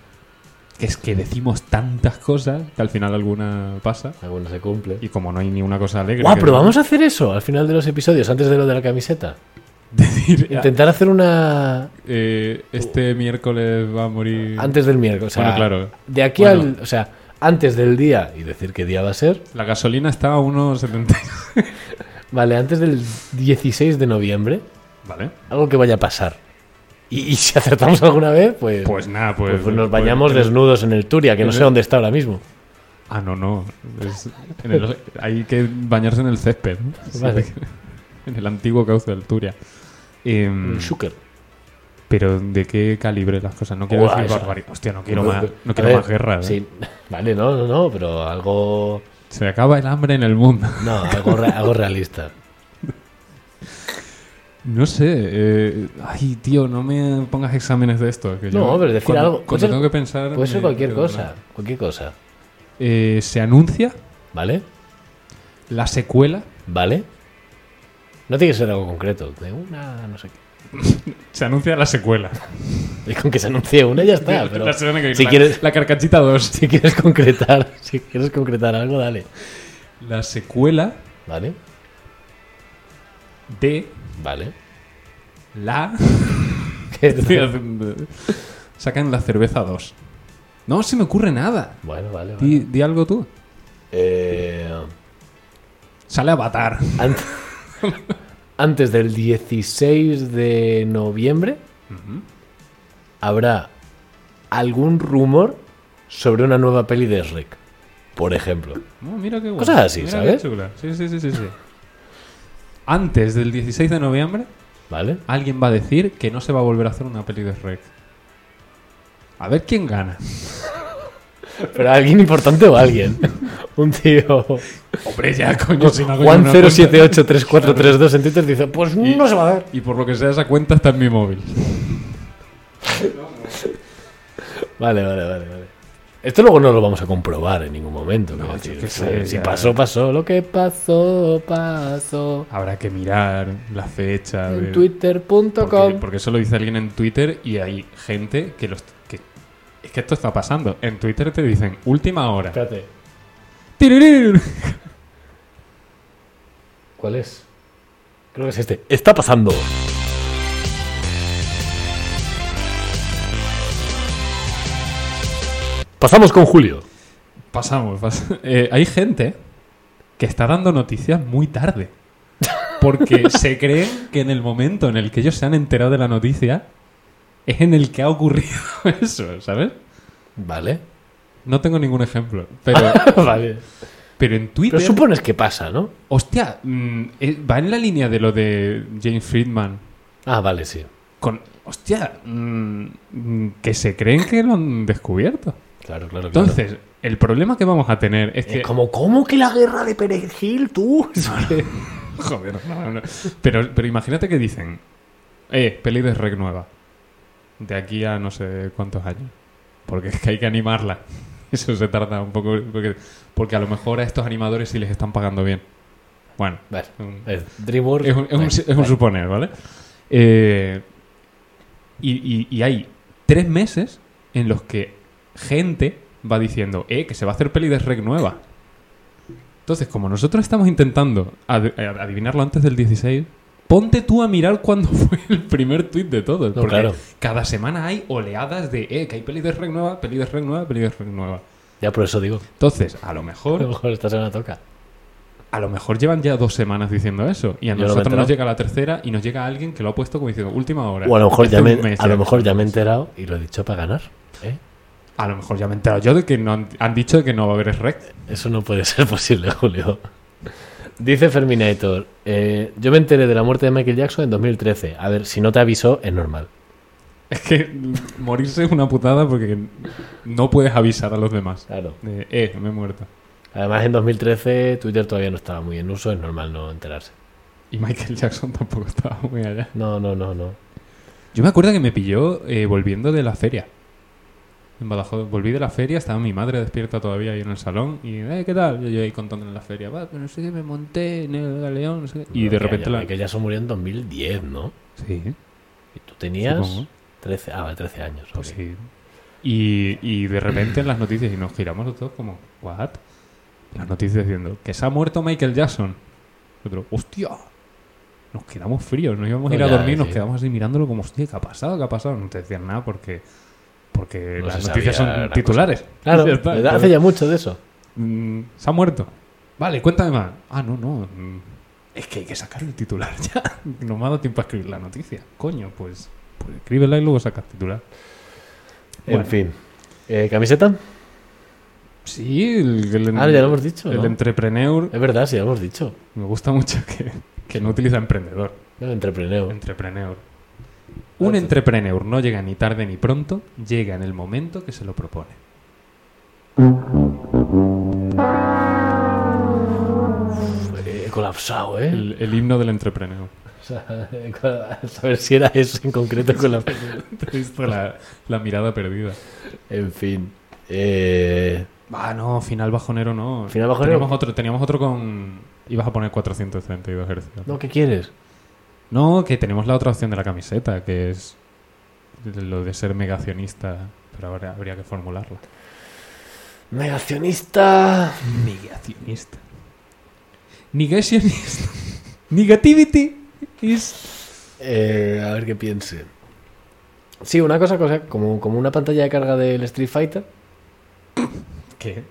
Speaker 2: Que es que decimos tantas cosas que al final alguna pasa.
Speaker 1: Alguno se cumple.
Speaker 2: Y como no hay ni una cosa alegre.
Speaker 1: Guau,
Speaker 2: que-
Speaker 1: pero vamos a hacer eso al final de los episodios, antes de lo de la camiseta.
Speaker 2: decir,
Speaker 1: Intentar hacer una
Speaker 2: eh, este miércoles va a morir.
Speaker 1: antes del miércoles. O sea,
Speaker 2: Mm. Bueno, claro.
Speaker 1: De aquí
Speaker 2: Bueno.
Speaker 1: al. O sea, antes del día y decir qué día va a ser.
Speaker 2: La gasolina está a 1,70.
Speaker 1: Vale, antes del 16 de noviembre,
Speaker 2: Vale.
Speaker 1: algo que vaya a pasar. Y, y si acertamos alguna vez, pues.
Speaker 2: Pues nada, pues.
Speaker 1: pues nos
Speaker 2: pues- eh.
Speaker 1: bañamos desnudos en el Turia, que no sé dónde está ahora mismo.
Speaker 2: Ah, no, no. Es- en el- hay que bañarse en el césped. ¿no?
Speaker 1: Vale.
Speaker 2: en el antiguo cauce del Turia. Em,
Speaker 1: El Zucker.
Speaker 2: pero ¿de qué calibre las cosas? No quiero
Speaker 1: Buah,
Speaker 2: decir
Speaker 1: eso.
Speaker 2: barbaridad. Hostia, no quiero
Speaker 1: Pero-
Speaker 2: más, no
Speaker 1: a
Speaker 2: quiero
Speaker 1: ver,
Speaker 2: más guerra. ¿eh?
Speaker 1: Sí, vale, no, no, no, pero algo.
Speaker 2: Se acaba el hambre en el mundo.
Speaker 1: No, algo, re- algo realista.
Speaker 2: No sé. eh, ay, tío, no me pongas exámenes de esto. que
Speaker 1: No,
Speaker 2: yo-
Speaker 1: pero decir
Speaker 2: cuando-
Speaker 1: algo- puede
Speaker 2: Cuando
Speaker 1: ser-
Speaker 2: tengo que pensar.
Speaker 1: Puede ser
Speaker 2: me
Speaker 1: cualquier
Speaker 2: quedo
Speaker 1: cosa,
Speaker 2: mal.
Speaker 1: cualquier cosa.
Speaker 2: Eh, se anuncia
Speaker 1: ¿Vale?
Speaker 2: la secuela.
Speaker 1: ¿Vale? No tiene que ser algo concreto. De una, no sé qué.
Speaker 2: Se anuncia la secuela.
Speaker 1: Y con que se anuncie una ya está. Pero
Speaker 2: la, semana que-
Speaker 1: si,
Speaker 2: la-
Speaker 1: quieres,
Speaker 2: la carcachita 2.
Speaker 1: si quieres concretar, si quieres concretar algo, dale.
Speaker 2: La secuela
Speaker 1: ¿Vale?
Speaker 2: de
Speaker 1: ¿Vale?
Speaker 2: la. Estoy
Speaker 1: Que-
Speaker 2: haciendo- Sacan la cerveza 2. No se me ocurre nada.
Speaker 1: bueno, vale. vale.
Speaker 2: Di, di algo tú.
Speaker 1: Eh,
Speaker 2: Sale Avatar.
Speaker 1: ant- antes del 16 de noviembre habrá algún rumor sobre una nueva peli de Shrek. Por ejemplo.
Speaker 2: Oh, mira qué guay.
Speaker 1: Cosas así,
Speaker 2: Mira
Speaker 1: ¿sabes?
Speaker 2: qué chula. Sí, sí, sí, sí, sí. Antes del 16 de noviembre,
Speaker 1: ¿Vale?
Speaker 2: alguien va a decir que no se va a volver a hacer una peli de Shrek. A ver quién gana.
Speaker 1: Pero alguien importante o alguien. Un tío.
Speaker 2: Hombre, ya, coño, si no hago yo una cuenta.
Speaker 1: Juan0783432 en Twitter dice: Pues
Speaker 2: Y-
Speaker 1: no se va a dar.
Speaker 2: Y por lo que sea, esa cuenta está en mi móvil.
Speaker 1: Vale, vale, vale. vale. Esto luego no lo vamos a comprobar en ningún momento.
Speaker 2: No,
Speaker 1: quiero
Speaker 2: yo
Speaker 1: decir,
Speaker 2: qué sé,
Speaker 1: si
Speaker 2: ya.
Speaker 1: pasó, pasó. Lo que pasó, pasó.
Speaker 2: Habrá que mirar la fecha.
Speaker 1: En
Speaker 2: ver- Porque,
Speaker 1: twitter.com.
Speaker 2: porque eso lo dice alguien en Twitter y hay gente que los. Que, es que esto está pasando. En Twitter te dicen última hora.
Speaker 1: Espérate,
Speaker 2: Tiririr.
Speaker 1: ¿cuál es? Creo que es este. Está pasando. Pasamos con Julio.
Speaker 2: Pasamos. pas- Eh, hay gente que está dando noticias muy tarde. Porque se creen que en el momento en el que ellos se han enterado de la noticia es en el que ha ocurrido eso, ¿sabes?
Speaker 1: Vale.
Speaker 2: No tengo ningún ejemplo. Pero,
Speaker 1: vale.
Speaker 2: pero en Twitter.
Speaker 1: Pero supones que pasa, ¿no?
Speaker 2: Hostia, mm, eh, va en la línea de lo de James Friedman.
Speaker 1: Ah, vale, sí.
Speaker 2: Con, Hostia, mm, mm, que se creen que lo han descubierto.
Speaker 1: Claro, claro, claro.
Speaker 2: Entonces, el problema que vamos a tener es que...
Speaker 1: es como, ¿cómo que la guerra de Perejil, tú? Es que-
Speaker 2: Joder, no, no. Pero, pero imagínate que dicen, eh, peli de Rec nueva. De aquí a no sé cuántos años. Porque es que hay que animarla. Eso se tarda un poco. Porque, porque a lo mejor a estos animadores sí les están pagando bien. Bueno,
Speaker 1: Vale.
Speaker 2: un-
Speaker 1: Eh, DreamWorks.
Speaker 2: es un, es un-
Speaker 1: Vale,
Speaker 2: es un
Speaker 1: vale.
Speaker 2: suponer, ¿vale? Eh, y, y- y hay tres meses en los que gente va diciendo, eh, que se va a hacer peli de Rec nueva. Entonces, como nosotros estamos intentando ad- ad- adivinarlo antes del 16, ponte tú a mirar cuándo fue el primer tweet de todos.
Speaker 1: No,
Speaker 2: porque
Speaker 1: claro.
Speaker 2: cada semana hay oleadas de, eh, que hay peli de Rec nueva, peli de Rec nueva, peli de Rec nueva.
Speaker 1: Ya por eso digo.
Speaker 2: Entonces, a lo
Speaker 1: A lo
Speaker 2: mejor,
Speaker 1: mejor esta semana toca.
Speaker 2: a lo mejor llevan ya dos semanas diciendo eso. Y
Speaker 1: Yo
Speaker 2: a
Speaker 1: no me he
Speaker 2: nosotros nos
Speaker 1: enterado.
Speaker 2: llega la tercera y nos llega alguien que lo ha puesto como diciendo última hora.
Speaker 1: O a lo mejor,
Speaker 2: Hace
Speaker 1: ya me,
Speaker 2: un mes
Speaker 1: a lo mejor ya me he enterado y lo he dicho para ganar. ¿eh?
Speaker 2: A lo mejor ya me he enterado yo de que no han, han dicho que no va a haber rec.
Speaker 1: Eso no puede ser posible, Julio. Dice Ferminator, eh, yo me enteré de la muerte de Michael Jackson en 2013. A ver, si no te avisó, es normal.
Speaker 2: Es que morirse es una putada porque no puedes avisar a los demás.
Speaker 1: Claro.
Speaker 2: De, eh, me he muerto.
Speaker 1: Además, en 2013 Twitter todavía no estaba muy en uso, es normal no enterarse.
Speaker 2: Y Michael Jackson tampoco estaba muy allá.
Speaker 1: No, no, no, no.
Speaker 2: Yo me acuerdo que me pilló eh, volviendo de la feria. En Badajoz. Volví de la feria, estaba mi madre despierta todavía ahí en el salón. Y, eh, ¿qué tal? Yo, yo ahí contándole en la feria. Va, pero no sé qué, me monté en el galeón. no sé qué". Y
Speaker 1: No,
Speaker 2: de
Speaker 1: que
Speaker 2: repente
Speaker 1: ya-
Speaker 2: la...
Speaker 1: Michael Jackson murió en 2010, ¿no?
Speaker 2: Sí,
Speaker 1: Y tú tenías
Speaker 2: Supongo.
Speaker 1: 13, ah, vale, 13 años.
Speaker 2: pues
Speaker 1: ok.
Speaker 2: sí. Y, y de repente en las noticias, y nos giramos los dos como, ¿what? Las noticias diciendo, que se ha muerto Michael Jackson. Nosotros, hostia. Nos quedamos fríos, nos íbamos a ir a
Speaker 1: Pues Ya,
Speaker 2: dormir, nos
Speaker 1: sí.
Speaker 2: quedamos así mirándolo como, hostia, ¿qué ha pasado? ¿Qué ha pasado? No te decían nada porque, porque
Speaker 1: No
Speaker 2: las
Speaker 1: se
Speaker 2: noticias
Speaker 1: sabía
Speaker 2: son
Speaker 1: gran
Speaker 2: titulares.
Speaker 1: Claro,
Speaker 2: Ya está,
Speaker 1: ¿verdad? hace
Speaker 2: entonces,
Speaker 1: ya mucho de eso.
Speaker 2: mm, se ha muerto. Vale, cuéntame más. Ah, no, no. mm, Es que hay que sacar el titular ya. No me ha dado tiempo a escribir la noticia. Coño, pues, pues escríbela y luego sacas titular. Bueno.
Speaker 1: En fin. Eh, ¿Camiseta?
Speaker 2: Sí, el, el-
Speaker 1: Ah, ya lo hemos dicho.
Speaker 2: el
Speaker 1: ¿no?
Speaker 2: entrepreneur.
Speaker 1: Es verdad, sí, ya lo hemos dicho.
Speaker 2: Me gusta mucho que, que no utiliza emprendedor.
Speaker 1: El entrepreneur.
Speaker 2: Entrepreneur. Un entrepreneur no llega ni tarde ni pronto, llega en el momento que se lo propone.
Speaker 1: He colapsado, ¿eh?
Speaker 2: El, el himno del entrepreneur.
Speaker 1: O sea, he cola- a saber si era eso en concreto con la...
Speaker 2: Te he visto la, la mirada perdida.
Speaker 1: En fin. Eh,
Speaker 2: Ah, no, final bajonero no.
Speaker 1: Final bajonero.
Speaker 2: Teníamos otro, teníamos otro con. Ibas a poner 432 Hz.
Speaker 1: no, ¿qué quieres?
Speaker 2: No, que tenemos la otra opción de la camiseta, que es lo de ser megacionista, pero ahora habría que formularla.
Speaker 1: Negacionista.
Speaker 2: Negacionista. Negacionista. Negativity is.
Speaker 1: Eh, a ver qué piense. Sí, una cosa, cosa como, como una pantalla de carga del Street Fighter.
Speaker 2: ¿Qué?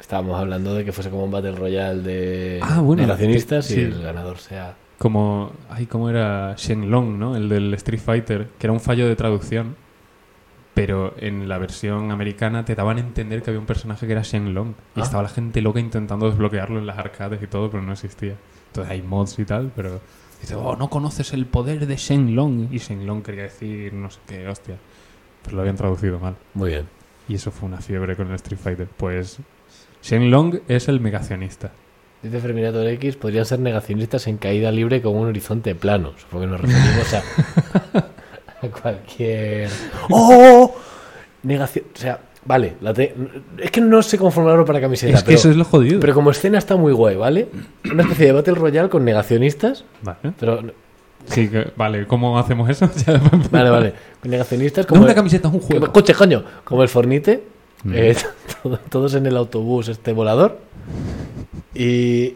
Speaker 1: Estábamos hablando de que fuese como un Battle Royale de
Speaker 2: Ah, bueno,
Speaker 1: negacionistas
Speaker 2: sí.
Speaker 1: y el ganador sea...
Speaker 2: Como. Ay, ¿cómo era Shenlong, no? El del Street Fighter, que era un fallo de traducción. Pero en la versión americana te daban a entender que había un personaje que era Shenlong. Y
Speaker 1: Ah.
Speaker 2: estaba la gente loca intentando desbloquearlo en las arcades y todo, pero no existía. Entonces hay mods y tal, pero. Dice, oh, no conoces el poder de Shenlong. Y Shenlong quería decir no sé qué, hostia. Pero lo habían traducido mal.
Speaker 1: Muy bien.
Speaker 2: Y eso fue una fiebre con el Street Fighter. Pues Shenlong es el megacionista.
Speaker 1: Dice Ferminator X, podrían ser negacionistas en caída libre con un horizonte plano. Supongo que nos referimos a, a cualquier... ¡Oh! Negación... O sea, vale, la te- es que no sé cómo formularlo para camiseta,
Speaker 2: es que
Speaker 1: pero,
Speaker 2: eso es lo jodido.
Speaker 1: pero como escena está muy guay, ¿vale? Una especie de Battle Royale con negacionistas,
Speaker 2: Vale.
Speaker 1: pero...
Speaker 2: Sí, que- vale, ¿cómo hacemos eso? Ya-
Speaker 1: Vale, vale. Con negacionistas
Speaker 2: No es
Speaker 1: como...
Speaker 2: una camiseta, es un juego.
Speaker 1: Coche, coño, como el Fornite,
Speaker 2: Mm.
Speaker 1: eh, todo- todos en el autobús, este volador, y,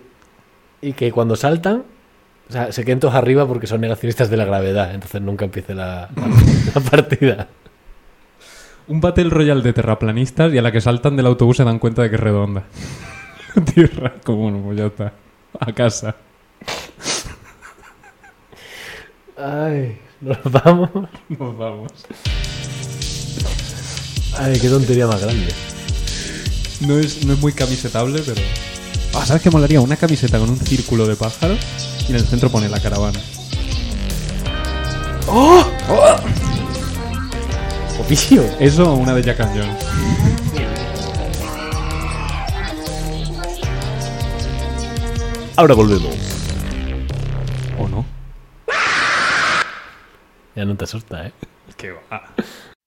Speaker 1: y que cuando saltan, o sea, se queden todos arriba porque son negacionistas de la gravedad, entonces nunca empiece la, la partida.
Speaker 2: Un Battle Royale de terraplanistas y a la que saltan del autobús se dan cuenta de que es redonda. Tierra, como no, pues ya está. A casa.
Speaker 1: Ay, nos vamos.
Speaker 2: Nos vamos.
Speaker 1: Ay, qué tontería más grande.
Speaker 2: No es, no es muy camisetable, pero. Ah, ¿sabes qué molaría? Una camiseta con un círculo de pájaros y en el centro pone la caravana. ¡Oh!
Speaker 1: tío.
Speaker 2: Eso o una de Jack and Jones.
Speaker 1: Ahora volvemos.
Speaker 2: ¿O no?
Speaker 1: Ya no te asusta, ¿eh?
Speaker 2: Que va.